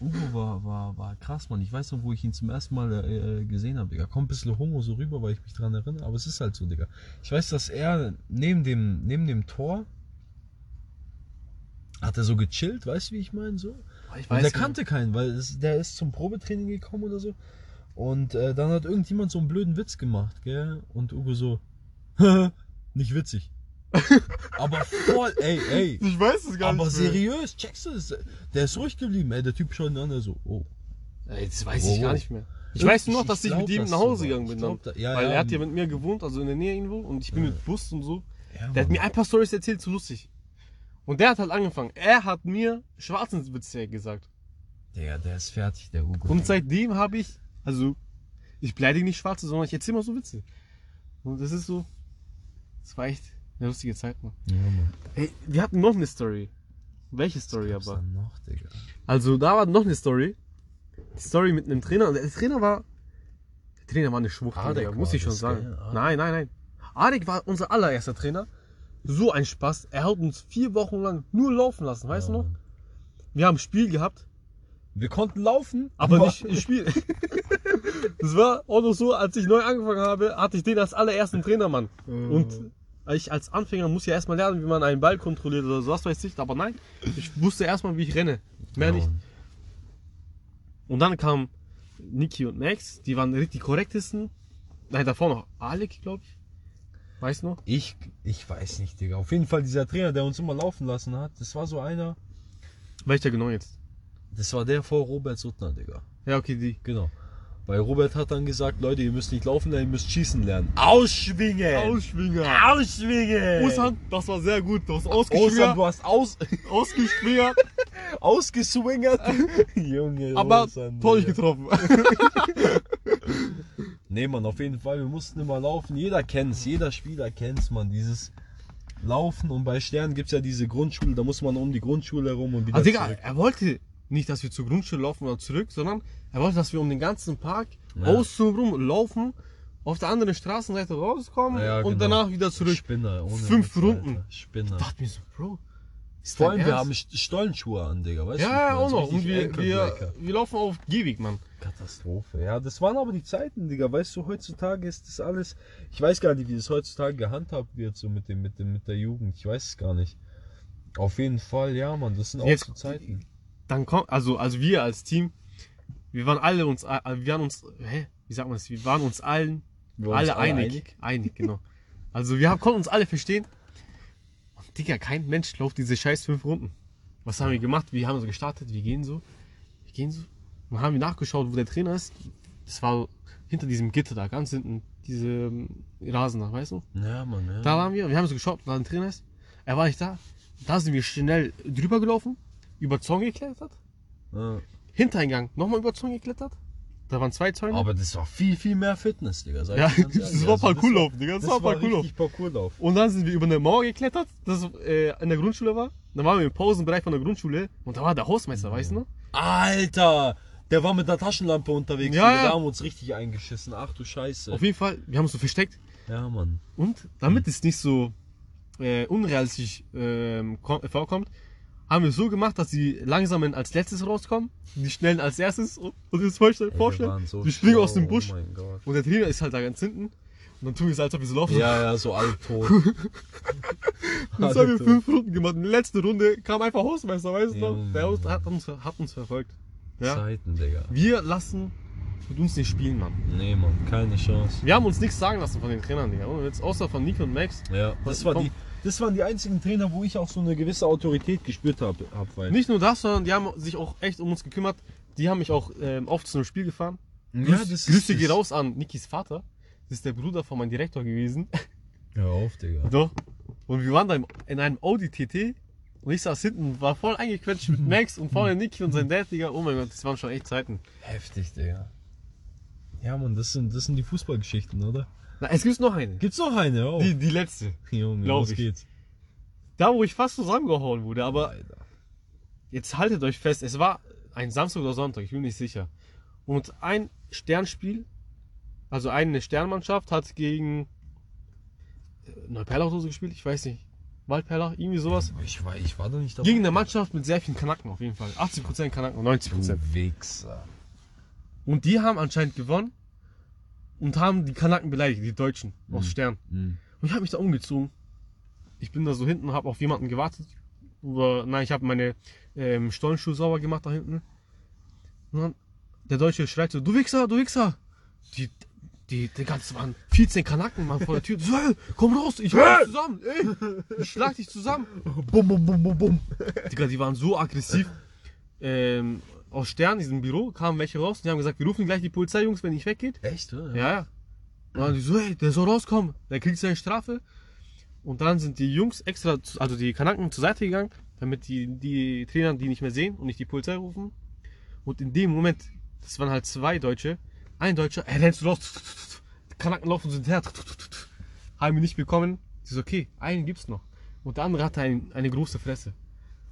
[SPEAKER 2] Ugo war, war, war krass, Mann. Ich weiß noch, wo ich ihn zum ersten Mal äh, äh, gesehen habe, Digga. Kommt ein bisschen homo so rüber, weil ich mich dran erinnere, aber es ist halt so, Digga. Ich weiß, dass er neben dem, neben dem Tor hat er so gechillt, weißt du, wie ich meine? So.
[SPEAKER 1] Ich
[SPEAKER 2] Und der
[SPEAKER 1] nicht.
[SPEAKER 2] kannte keinen, weil es, der ist zum Probetraining gekommen oder so. Und äh, dann hat irgendjemand so einen blöden Witz gemacht, gell? Und Ugo so, nicht witzig. aber voll, ey, ey.
[SPEAKER 1] Ich weiß es gar
[SPEAKER 2] Aber
[SPEAKER 1] nicht. mehr.
[SPEAKER 2] seriös, checkst du das? Der ist ruhig geblieben, ey. Der Typ schaut ihn an, der so, oh.
[SPEAKER 1] Ey, das weiß
[SPEAKER 2] Wow.
[SPEAKER 1] ich gar nicht mehr. Ich weiß nur noch, dass ich,
[SPEAKER 2] glaub,
[SPEAKER 1] mit ihm
[SPEAKER 2] das
[SPEAKER 1] nach
[SPEAKER 2] so
[SPEAKER 1] Hause
[SPEAKER 2] war.
[SPEAKER 1] gegangen
[SPEAKER 2] Ich
[SPEAKER 1] bin.
[SPEAKER 2] glaub,
[SPEAKER 1] Dann.
[SPEAKER 2] da- ja,
[SPEAKER 1] weil
[SPEAKER 2] ja,
[SPEAKER 1] er hat ja mit mir gewohnt, also in der Nähe irgendwo. Und ich bin mit Bus und so. Der
[SPEAKER 2] ja,
[SPEAKER 1] hat
[SPEAKER 2] Mann.
[SPEAKER 1] mir ein paar Stories erzählt, so lustig. Und der hat halt angefangen. Er hat mir schwarzen Witz gesagt.
[SPEAKER 2] der, der ist fertig, der Ugo.
[SPEAKER 1] Und seitdem habe ich, also, ich beleidige nicht Schwarze, sondern ich erzähle mal so Witze. Und das ist so, das war echt eine lustige Zeit, Mann.
[SPEAKER 2] ja, Mann.
[SPEAKER 1] Hey, wir hatten noch eine Story. Welche
[SPEAKER 2] Was
[SPEAKER 1] Story
[SPEAKER 2] gab's
[SPEAKER 1] aber?
[SPEAKER 2] dann noch, Digga?
[SPEAKER 1] Also, da war noch eine Story. Die Story mit einem Trainer. Und Der Trainer war, der Trainer war eine Schwucht,
[SPEAKER 2] Adek
[SPEAKER 1] Digga, muss
[SPEAKER 2] war
[SPEAKER 1] ich schon
[SPEAKER 2] das,
[SPEAKER 1] sagen.
[SPEAKER 2] gell? Adek.
[SPEAKER 1] Nein, nein, nein. Adek war unser allererster Trainer. So ein Spaß. Er hat uns vier Wochen lang nur laufen lassen, weißt
[SPEAKER 2] Ja,
[SPEAKER 1] du noch?
[SPEAKER 2] Mann.
[SPEAKER 1] Wir haben ein Spiel gehabt.
[SPEAKER 2] Wir konnten laufen,
[SPEAKER 1] Aber nicht im Spiel. Das war auch noch so, als ich neu angefangen habe, hatte ich den als allerersten Trainermann.
[SPEAKER 2] Mhm.
[SPEAKER 1] Und ich als Anfänger muss ja erstmal lernen, wie man einen Ball kontrolliert oder so, was weiß ich. Aber nein, ich wusste erstmal, wie ich renne. Mehr nicht.
[SPEAKER 2] Mann.
[SPEAKER 1] Und dann kamen Niki und Max, die waren die korrektesten. Nein, davor noch Alec, glaube ich. Weißt du noch?
[SPEAKER 2] Ich, ich weiß nicht, Digga. Auf jeden Fall dieser Trainer, der uns immer laufen lassen hat, das war so einer.
[SPEAKER 1] Welcher genau jetzt?
[SPEAKER 2] Das war der vor Robert Suttner, Digga.
[SPEAKER 1] Ja, okay, die.
[SPEAKER 2] Genau. Weil Robert hat dann gesagt, Leute, ihr müsst nicht laufen, lernen, ihr müsst schießen lernen. Ausschwingen!
[SPEAKER 1] Ausschwinger.
[SPEAKER 2] Ausschwingen!
[SPEAKER 1] Osan, das war sehr gut. Du hast
[SPEAKER 2] Osan,
[SPEAKER 1] ausgeschwingert.
[SPEAKER 2] du hast aus
[SPEAKER 1] Ausgeschwingert.
[SPEAKER 2] ausgeswingert. Junge,
[SPEAKER 1] Aber
[SPEAKER 2] Osan,
[SPEAKER 1] Tor nicht
[SPEAKER 2] Digga.
[SPEAKER 1] getroffen.
[SPEAKER 2] Nee, Mann, auf jeden Fall, wir mussten immer laufen. Jeder kennt's, jeder Spieler kennt's, Mann, dieses Laufen. Und bei Stern gibt's ja diese Grundschule, da muss man um die Grundschule herum und wieder
[SPEAKER 1] Also Digga,
[SPEAKER 2] zurück.
[SPEAKER 1] er wollte nicht, dass wir zur Grundschule laufen oder zurück, sondern er wollte, dass wir um den ganzen Park
[SPEAKER 2] Ja.
[SPEAKER 1] außen rum laufen, auf der anderen Straßenseite rauskommen
[SPEAKER 2] Ja,
[SPEAKER 1] und
[SPEAKER 2] genau.
[SPEAKER 1] danach wieder zurück.
[SPEAKER 2] Spinner, ohne
[SPEAKER 1] Fünf
[SPEAKER 2] Witz,
[SPEAKER 1] Runden.
[SPEAKER 2] Alter. Spinner.
[SPEAKER 1] Ich dachte mir so, Bro, ist
[SPEAKER 2] Vor
[SPEAKER 1] dein
[SPEAKER 2] allem, wir haben
[SPEAKER 1] Ernst?
[SPEAKER 2] St- Stollenschuhe an, Digga, weißt du?
[SPEAKER 1] Ja, ja,
[SPEAKER 2] wie ich
[SPEAKER 1] auch
[SPEAKER 2] meine?
[SPEAKER 1] noch.
[SPEAKER 2] So
[SPEAKER 1] Und wir,
[SPEAKER 2] richtig
[SPEAKER 1] wir,
[SPEAKER 2] Enkelbrecher.
[SPEAKER 1] wir laufen auf Gehweg, Mann.
[SPEAKER 2] Katastrophe. Ja, das waren aber die Zeiten, Digga. Weißt du, heutzutage ist das alles. Ich weiß gar nicht, wie das heutzutage gehandhabt wird, so mit dem, mit dem, mit der Jugend. Ich weiß es gar nicht. Auf jeden Fall, ja, Mann, das sind auch
[SPEAKER 1] Jetzt-
[SPEAKER 2] so Zeiten.
[SPEAKER 1] Dann kommt, also, also wir als Team, wir waren alle uns, äh, wir waren uns, hä, wie sagt man das, wir waren uns allen
[SPEAKER 2] Wir waren uns
[SPEAKER 1] alle einig. einig. genau. Also wir haben, konnten uns alle verstehen. Und Digga, kein Mensch läuft diese scheiß fünf Runden. Was haben wir gemacht? Wir haben so gestartet, wir gehen so, wir gehen so. Und haben wir nachgeschaut, wo der Trainer ist. Das war hinter diesem Gitter da, ganz hinten, diese ähm, Rasen da, weißt du?
[SPEAKER 2] Ja, Mann, ja.
[SPEAKER 1] Da waren wir, wir haben so geschaut, da ein Trainer ist. Er war nicht da. Da sind wir schnell drüber gelaufen, über Zaun geklettert,
[SPEAKER 2] Ja.
[SPEAKER 1] Hintereingang, nochmal über Zaun geklettert. Da waren zwei Zäune.
[SPEAKER 2] Aber das war viel, viel mehr Fitness, Digga. Sag
[SPEAKER 1] ja,
[SPEAKER 2] ich dir ganz
[SPEAKER 1] das
[SPEAKER 2] ehrlich.
[SPEAKER 1] war
[SPEAKER 2] Also,
[SPEAKER 1] Parkourlauf, Digga,
[SPEAKER 2] Das war,
[SPEAKER 1] Parkourlauf.
[SPEAKER 2] richtig Parkourlauf.
[SPEAKER 1] Und dann sind wir über eine Mauer geklettert, das äh, in der Grundschule war. Dann waren wir im Pausenbereich von der Grundschule und da war der Hausmeister, weißt du noch?
[SPEAKER 2] Alter! Der war mit einer Taschenlampe unterwegs.
[SPEAKER 1] Ja,
[SPEAKER 2] Digga.
[SPEAKER 1] ja.
[SPEAKER 2] Da haben wir uns richtig eingeschissen. Ach du Scheiße.
[SPEAKER 1] Auf jeden Fall, wir haben uns so versteckt.
[SPEAKER 2] Ja, Mann.
[SPEAKER 1] Und damit es nicht so äh, unrealistisch ähm, kom- äh, vorkommt, haben wir es so gemacht, dass die Langsamen als letztes rauskommen, die Schnellen als erstes und, und das vorstellen,
[SPEAKER 2] Ey, wir
[SPEAKER 1] vorstellen.
[SPEAKER 2] waren so
[SPEAKER 1] wir springen
[SPEAKER 2] schlau,
[SPEAKER 1] aus dem Busch
[SPEAKER 2] Oh mein Gott.
[SPEAKER 1] und der Trainer ist halt da ganz hinten. Und dann tun wir es, als ob wir so laufen.
[SPEAKER 2] Ja, ja, so alttot.
[SPEAKER 1] das haben wir
[SPEAKER 2] Alter.
[SPEAKER 1] fünf Runden gemacht. In der letzten Runde kam einfach Hausmeister, weißt du noch?
[SPEAKER 2] Junge.
[SPEAKER 1] Der Haus hat uns, hat uns verfolgt. Ja?
[SPEAKER 2] Zeiten, Digga.
[SPEAKER 1] Wir lassen mit uns nicht spielen, Mann.
[SPEAKER 2] Nee, Mann, keine Chance.
[SPEAKER 1] Wir haben uns nichts sagen lassen von den Trainern, Digga. Ohne Witz, außer von Nick und Max.
[SPEAKER 2] Ja, das, war die, das waren die einzigen Trainer, wo ich auch so eine gewisse Autorität gespürt habe. Hab, weil
[SPEAKER 1] Nicht nur das, sondern die haben sich auch echt um uns gekümmert. Die haben mich auch ähm, oft zu einem Spiel gefahren.
[SPEAKER 2] ja,
[SPEAKER 1] Grüß-
[SPEAKER 2] das ist
[SPEAKER 1] Grüße geht
[SPEAKER 2] das.
[SPEAKER 1] raus an Nikis Vater. Das ist der Bruder von meinem Direktor gewesen.
[SPEAKER 2] Hör auf, Digga.
[SPEAKER 1] Doch. Und wir waren da im, in einem Audi TT und ich saß hinten, war voll eingequetscht mit Max und vorne Niki und sein Dad, Digga. Oh mein Gott, das waren schon echt Zeiten.
[SPEAKER 2] Heftig, Digga. Ja, Mann, das sind, das sind die Fußballgeschichten, oder?
[SPEAKER 1] Na, es gibt noch eine.
[SPEAKER 2] Gibt's noch eine? Oh.
[SPEAKER 1] Die, die letzte.
[SPEAKER 2] Junge,
[SPEAKER 1] Glaub
[SPEAKER 2] los
[SPEAKER 1] ich.
[SPEAKER 2] geht's.
[SPEAKER 1] Da, wo ich fast zusammengehauen wurde, aber
[SPEAKER 2] Alter.
[SPEAKER 1] jetzt haltet euch fest, es war ein Samstag oder Sonntag, ich bin nicht sicher. Und ein Sternspiel, also eine Sternmannschaft hat gegen äh, Neuperlach oder so gespielt, ich weiß nicht. Waldperlach, irgendwie sowas.
[SPEAKER 2] Ich war, ich war da nicht dabei.
[SPEAKER 1] Gegen eine Mannschaft mit sehr vielen Kanaken auf jeden Fall. 80% Kanaken und 90%.
[SPEAKER 2] Du Wichser.
[SPEAKER 1] Und die haben anscheinend gewonnen und haben die Kanaken beleidigt, die Deutschen aus Stern.
[SPEAKER 2] Mhm.
[SPEAKER 1] Und ich habe mich da umgezogen. Ich bin da so hinten, habe auf jemanden gewartet. Oder nein, ich habe meine ähm, Stollenschuhe sauber gemacht da hinten. Und dann der Deutsche schreit so, du Wichser, du Wichser. Die, die, die ganzen waren 14 Kanaken waren vor der Tür. So, "Hey, komm raus, ich schlag dich zusammen. Ey, ich schlag dich zusammen.
[SPEAKER 2] Bum, bum, bum, bum, bum.
[SPEAKER 1] Digga, die waren so aggressiv. Ähm, aus Stern, diesem Büro, kamen welche raus und die haben gesagt, wir rufen gleich die Polizei, Jungs, wenn ihr nicht weggeht.
[SPEAKER 2] Echt, oder?
[SPEAKER 1] Ja, ja. Und dann die so, hey, der soll rauskommen, der kriegt seine Strafe. Und dann sind die Jungs extra, zu, also die Kanaken zur Seite gegangen, damit die, die Trainer die nicht mehr sehen und nicht die Polizei rufen. Und in dem Moment, das waren halt zwei Deutsche, ein Deutscher, er rennst du raus, die Kanaken laufen sind her, haben ihn nicht bekommen. Sie so, okay, einen gibt's noch. Und der andere hatte ein, eine große Fresse.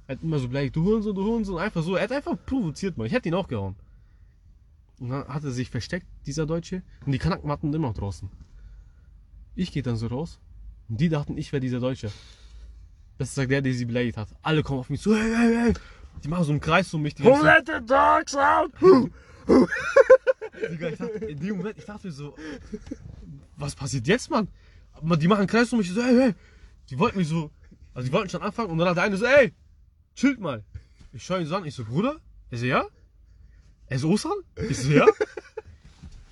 [SPEAKER 1] Er hat immer so beleidigt, du Hurensohn, du Hurensohn, einfach so. Er hat einfach provoziert, man. Ich hätte ihn auch gehauen. Und dann hat er sich versteckt, dieser Deutsche. Und die Kanaken hatten ihn immer noch draußen. Ich gehe dann so raus. Und die dachten, ich wäre dieser Deutsche. Das sagt der, der sie beleidigt hat. Alle kommen auf mich zu. Hey, hey, hey. Die machen so einen Kreis um mich. Die ganze Zeit.
[SPEAKER 2] the dogs out?
[SPEAKER 1] Digga, ich dachte, in dem Moment, ich dachte mir so, was passiert jetzt, Mann? Aber Die machen einen Kreis um mich. So, hey, hey. Die wollten mich so, also die wollten schon anfangen. Und dann hat der eine so, ey, chillt mal. Ich schaue ihn so an. Ich so, Bruder? Er so, ja? Er so, Osan? Ich so, ja?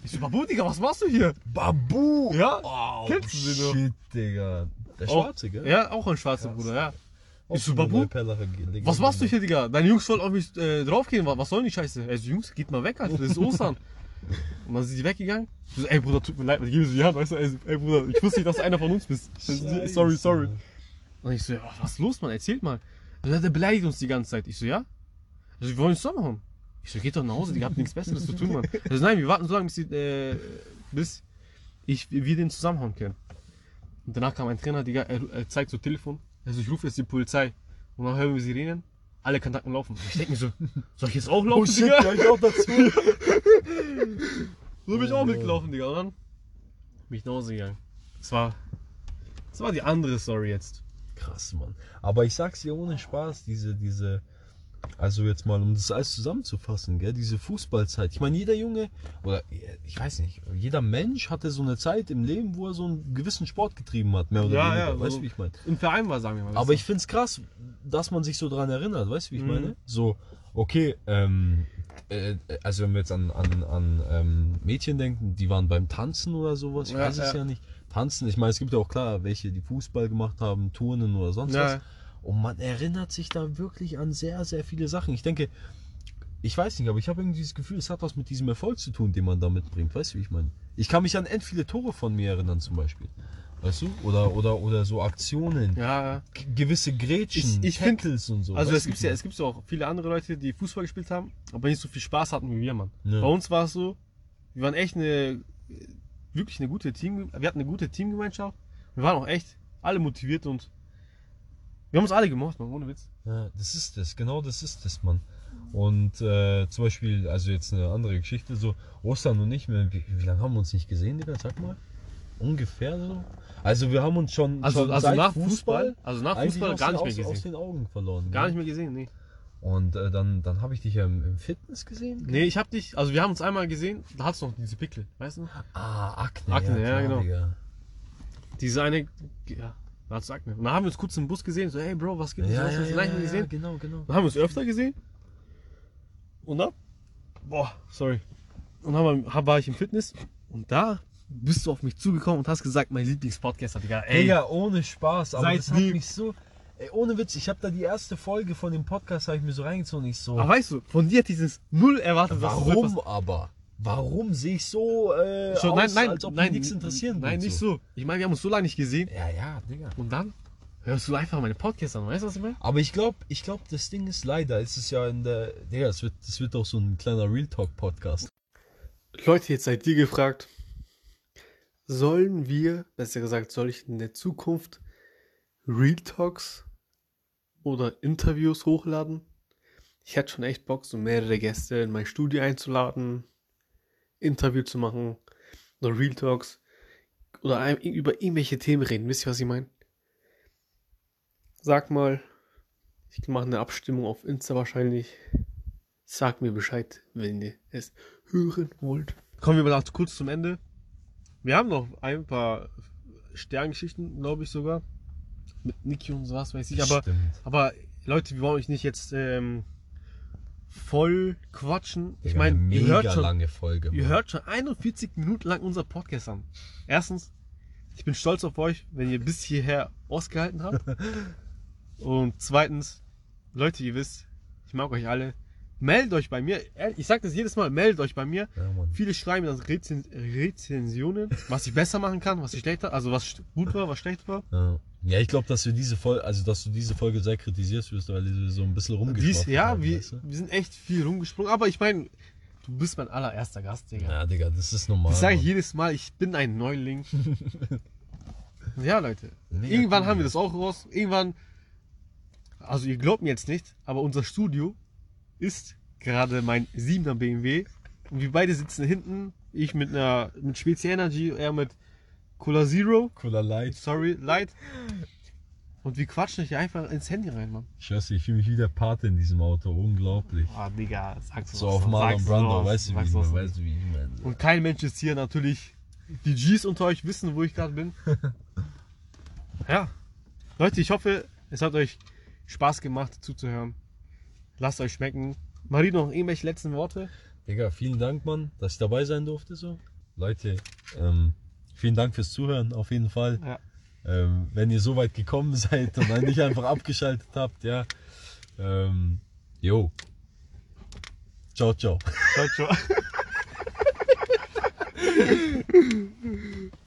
[SPEAKER 1] Ich so, Babu, Digga, was machst du hier?
[SPEAKER 2] Babu!
[SPEAKER 1] Ja?
[SPEAKER 2] Oh,
[SPEAKER 1] Kennst du den noch?
[SPEAKER 2] shit, Digga. Der
[SPEAKER 1] Auch-
[SPEAKER 2] Schwarze, gell?
[SPEAKER 1] Ja, auch ein schwarzer Bruder, ja.
[SPEAKER 2] Auch
[SPEAKER 1] Ist du
[SPEAKER 2] so
[SPEAKER 1] Babu?
[SPEAKER 2] eine Perlacher Legende.
[SPEAKER 1] Was machst du hier, Digga? Deine Jungs wollen auf mich äh, draufgehen. wa- Was soll denn die Scheiße? Ey, so, Jungs, geht mal weg, Alter. Das ist Ostern. Und dann sind die weggegangen. Ich so, ey, Bruder, tut mir leid. Ich gebe so die Hand. Weißt du, ey, ey, Bruder, ich wusste nicht, dass du einer von uns bist.
[SPEAKER 2] Scheiße.
[SPEAKER 1] Sorry, sorry. Und ich so, ja, was ist los, Mann? Erzählt mal. Und dann, der beleidigt uns die ganze Zeit. Ich so, ja? Also, wir wollen uns zusammen haben. Ich so, geht doch nach Hause, Digga, habt nichts Besseres zu tun, Mann. Also, nein, wir warten so lange, bis, die, äh, bis ich, wir den zusammenhauen können. Und danach kam ein Trainer, Digga, er, er zeigt so Telefon. Also, ich rufe jetzt die Polizei. Und dann hören wir Sirenen. Alle Kontakten laufen. Ich denke mir so, soll ich jetzt auch laufen,
[SPEAKER 2] Oh shit,
[SPEAKER 1] Digga?
[SPEAKER 2] gleich auch dazu.
[SPEAKER 1] So bin ich
[SPEAKER 2] Oh
[SPEAKER 1] auch
[SPEAKER 2] Mann.
[SPEAKER 1] mitgelaufen, Digga. Und dann bin ich nach Hause gegangen. Das war, das war die andere Story jetzt.
[SPEAKER 2] Krass, Mann. Aber ich sag's dir ohne Spaß, diese, diese, also jetzt mal, um das alles zusammenzufassen, gell, diese Fußballzeit. Ich meine, jeder Junge, oder äh, ich weiß nicht, jeder Mensch hatte so eine Zeit im Leben, wo er so einen gewissen Sport getrieben hat, mehr oder
[SPEAKER 1] Ja,
[SPEAKER 2] weniger.
[SPEAKER 1] ja,
[SPEAKER 2] weißt du,
[SPEAKER 1] so.
[SPEAKER 2] wie ich meine?
[SPEAKER 1] Im Verein war, sagen wir mal.
[SPEAKER 2] Aber ich find's krass, dass man sich so dran erinnert, weißt du, wie ich
[SPEAKER 1] Mhm.
[SPEAKER 2] meine? So, okay, ähm, äh, also wenn wir jetzt an, an, an ähm, Mädchen denken, die waren beim Tanzen oder sowas, ich
[SPEAKER 1] Ja,
[SPEAKER 2] weiß es
[SPEAKER 1] ja.
[SPEAKER 2] ja nicht. Tanzen, ich meine, es gibt ja auch klar welche, die Fußball gemacht haben, Turnen oder sonst
[SPEAKER 1] Ja, ja.
[SPEAKER 2] was. Und man erinnert sich da wirklich an sehr, sehr viele Sachen. Ich denke, ich weiß nicht, aber ich habe irgendwie dieses Gefühl, es hat was mit diesem Erfolg zu tun, den man da mitbringt. Weißt du, wie ich meine? Ich kann mich an end viele Tore von mir erinnern, zum Beispiel. Weißt du? Oder, oder, oder so Aktionen
[SPEAKER 1] ja, ja.
[SPEAKER 2] g- gewisse Grätschen,
[SPEAKER 1] Ich- ich find-
[SPEAKER 2] Tackles und so.
[SPEAKER 1] Also
[SPEAKER 2] weißt
[SPEAKER 1] es
[SPEAKER 2] du,
[SPEAKER 1] gibt
[SPEAKER 2] wie
[SPEAKER 1] ja,
[SPEAKER 2] ich
[SPEAKER 1] es gibt ja auch viele andere Leute, die Fußball gespielt haben, aber nicht so viel Spaß hatten wie wir, Mann.
[SPEAKER 2] Ja.
[SPEAKER 1] Bei uns war es so, wir waren echt eine wirklich eine gute Team, wir hatten eine gute Teamgemeinschaft. Wir waren auch echt alle motiviert und wir haben uns alle gemocht, Mann, ohne Witz.
[SPEAKER 2] meine? ja, das ist das, genau das ist das, Mann. Und äh, zum Beispiel, also jetzt eine andere Geschichte, so Ostern und ich, wir- wie, wie lange haben wir uns nicht gesehen, Digga? Sag mal. Ungefähr so. Also wir haben uns schon,
[SPEAKER 1] Also,
[SPEAKER 2] schon
[SPEAKER 1] also
[SPEAKER 2] seit
[SPEAKER 1] nach Fußball, also nach
[SPEAKER 2] eigentlich
[SPEAKER 1] Fußball
[SPEAKER 2] aus
[SPEAKER 1] gar
[SPEAKER 2] den-
[SPEAKER 1] nicht mehr
[SPEAKER 2] aus, aus
[SPEAKER 1] gesehen.
[SPEAKER 2] den Augen verloren.
[SPEAKER 1] Gar
[SPEAKER 2] gell?
[SPEAKER 1] nicht mehr gesehen, nee.
[SPEAKER 2] Und äh, dann, dann habe ich dich ja im, im Fitness gesehen.
[SPEAKER 1] Nee, ich hab dich, also wir haben uns einmal gesehen, da hat's noch diese Pickel, weißt du?
[SPEAKER 2] Ah, Akne.
[SPEAKER 1] Akne, ja,
[SPEAKER 2] klar,
[SPEAKER 1] genau.
[SPEAKER 2] Digga.
[SPEAKER 1] Diese eine, ja, warte, sag mir. Und dann haben wir uns kurz im Bus gesehen, so, hey Bro, was geht? Wir haben uns lange nicht gesehen.
[SPEAKER 2] genau, genau.
[SPEAKER 1] Dann haben wir uns öfter gesehen. Und dann, boah, sorry. Und dann war- war ich im Fitness und da bist du auf mich zugekommen und hast gesagt, mein Lieblingspodcast hat Digga, ey.
[SPEAKER 2] Digga, ohne Spaß, aber
[SPEAKER 1] Seit
[SPEAKER 2] das hat
[SPEAKER 1] wie-
[SPEAKER 2] mich so. Ey, ohne Witz, ich habe da die erste Folge von dem Podcast, habe ich mir so reingezogen. Ich so.
[SPEAKER 1] Aber weißt du, von dir hätte ich es null erwartet, dass du so etwas-
[SPEAKER 2] warum aber? Warum sehe ich so äh,
[SPEAKER 1] So,
[SPEAKER 2] aus,
[SPEAKER 1] nein, nein,
[SPEAKER 2] als ob
[SPEAKER 1] nein,
[SPEAKER 2] mich nichts interessieren
[SPEAKER 1] Nein,
[SPEAKER 2] würde,
[SPEAKER 1] nicht so. Ich meine, wir haben uns so lange nicht gesehen
[SPEAKER 2] Ja, ja, Digga.
[SPEAKER 1] und dann hörst du einfach meine Podcasts an, weißt du, was ich meine?
[SPEAKER 2] Aber ich glaube, ich glaub, das Ding ist leider, es ist ja in der. Digga, es wird, das wird doch so ein kleiner Real Talk Podcast.
[SPEAKER 1] Leute, jetzt seid ihr gefragt, sollen wir, besser gesagt, soll ich in der Zukunft Real Talks oder Interviews hochladen? Ich hätte schon echt Bock, so mehrere Gäste in mein Studio einzuladen, Interview zu machen oder Real Talks oder ein- über irgendwelche Themen reden. Wisst ihr, was ich meine? Sag mal, ich mache eine Abstimmung auf Insta wahrscheinlich. Sag mir Bescheid, wenn ihr es hören wollt. Kommen wir mal nach- kurz zum Ende. Wir haben noch ein paar Sterngeschichten, glaube ich sogar. Mit Niki und sowas weiß ich. Aber,
[SPEAKER 2] Stimmt.
[SPEAKER 1] aber Leute, wir wollen euch nicht jetzt ähm, voll quatschen. Ich
[SPEAKER 2] Digga, eine
[SPEAKER 1] meine, ihr
[SPEAKER 2] mega
[SPEAKER 1] hört schon,
[SPEAKER 2] lange Folge.
[SPEAKER 1] ihr
[SPEAKER 2] Mann.
[SPEAKER 1] hört schon 41 Minuten lang unser Podcast an. Erstens, ich bin stolz auf euch, wenn ihr bis hierher ausgehalten habt. Und zweitens, Leute, ihr wisst, ich mag euch alle. Meldet euch bei mir. Ehrlich, Ich sage das jedes Mal, meldet euch bei mir.
[SPEAKER 2] Ja, Mann.
[SPEAKER 1] Viele schreiben dann Rezen Rezensionen, was ich besser machen kann, was ich schlechter, also was sch- gut war, was schlecht war.
[SPEAKER 2] Ja, ja ich glaube, dass wir diese Folge, also dass du diese Folge sehr kritisierst wirst, weil wir so ein bisschen
[SPEAKER 1] Dies,
[SPEAKER 2] rumgeschwafelt
[SPEAKER 1] ja,
[SPEAKER 2] haben,
[SPEAKER 1] wir,
[SPEAKER 2] weißt du?
[SPEAKER 1] wir sind echt viel rumgesprungen, aber ich meine, du bist mein allererster Gast, Digga.
[SPEAKER 2] Ja, Digga, das ist normal.
[SPEAKER 1] Das sage ich
[SPEAKER 2] Mann.
[SPEAKER 1] jedes Mal, ich bin ein Neuling. ja, Leute.
[SPEAKER 2] Mega
[SPEAKER 1] irgendwann
[SPEAKER 2] cool.
[SPEAKER 1] haben wir das auch raus. Irgendwann, also ihr glaubt mir jetzt nicht, aber unser Studio ist gerade mein 7er BMW. Und wir beide sitzen hinten. Ich mit einer mit Spezi Energy, er mit Cola Zero.
[SPEAKER 2] Cooler Light.
[SPEAKER 1] Sorry, Light. Und wir quatschen euch einfach ins Handy rein, Mann.
[SPEAKER 2] Ich weiß nicht, ich fühle mich wie der Pate in diesem Auto. Unglaublich.
[SPEAKER 1] Ah, Digga, sag's
[SPEAKER 2] So auf Marlon Brando, weißt du, wie ich meine,
[SPEAKER 1] weiß.
[SPEAKER 2] weißt du, wie ich meine.
[SPEAKER 1] Und kein Mensch ist hier natürlich. Die Gs unter euch wissen, wo ich gerade bin. Ja. Leute, ich hoffe, es hat euch Spaß gemacht zuzuhören. Lasst euch schmecken. Marie, noch irgendwelche letzten Worte?
[SPEAKER 2] Digga, vielen Dank, Mann, dass ich dabei sein durfte. So. Leute, ähm, vielen Dank fürs Zuhören auf jeden Fall.
[SPEAKER 1] Ja.
[SPEAKER 2] Ähm, wenn ihr so weit gekommen seid und dann nicht einfach abgeschaltet habt, ja. Ähm, jo. Ciao, ciao.
[SPEAKER 1] Ciao, ciao.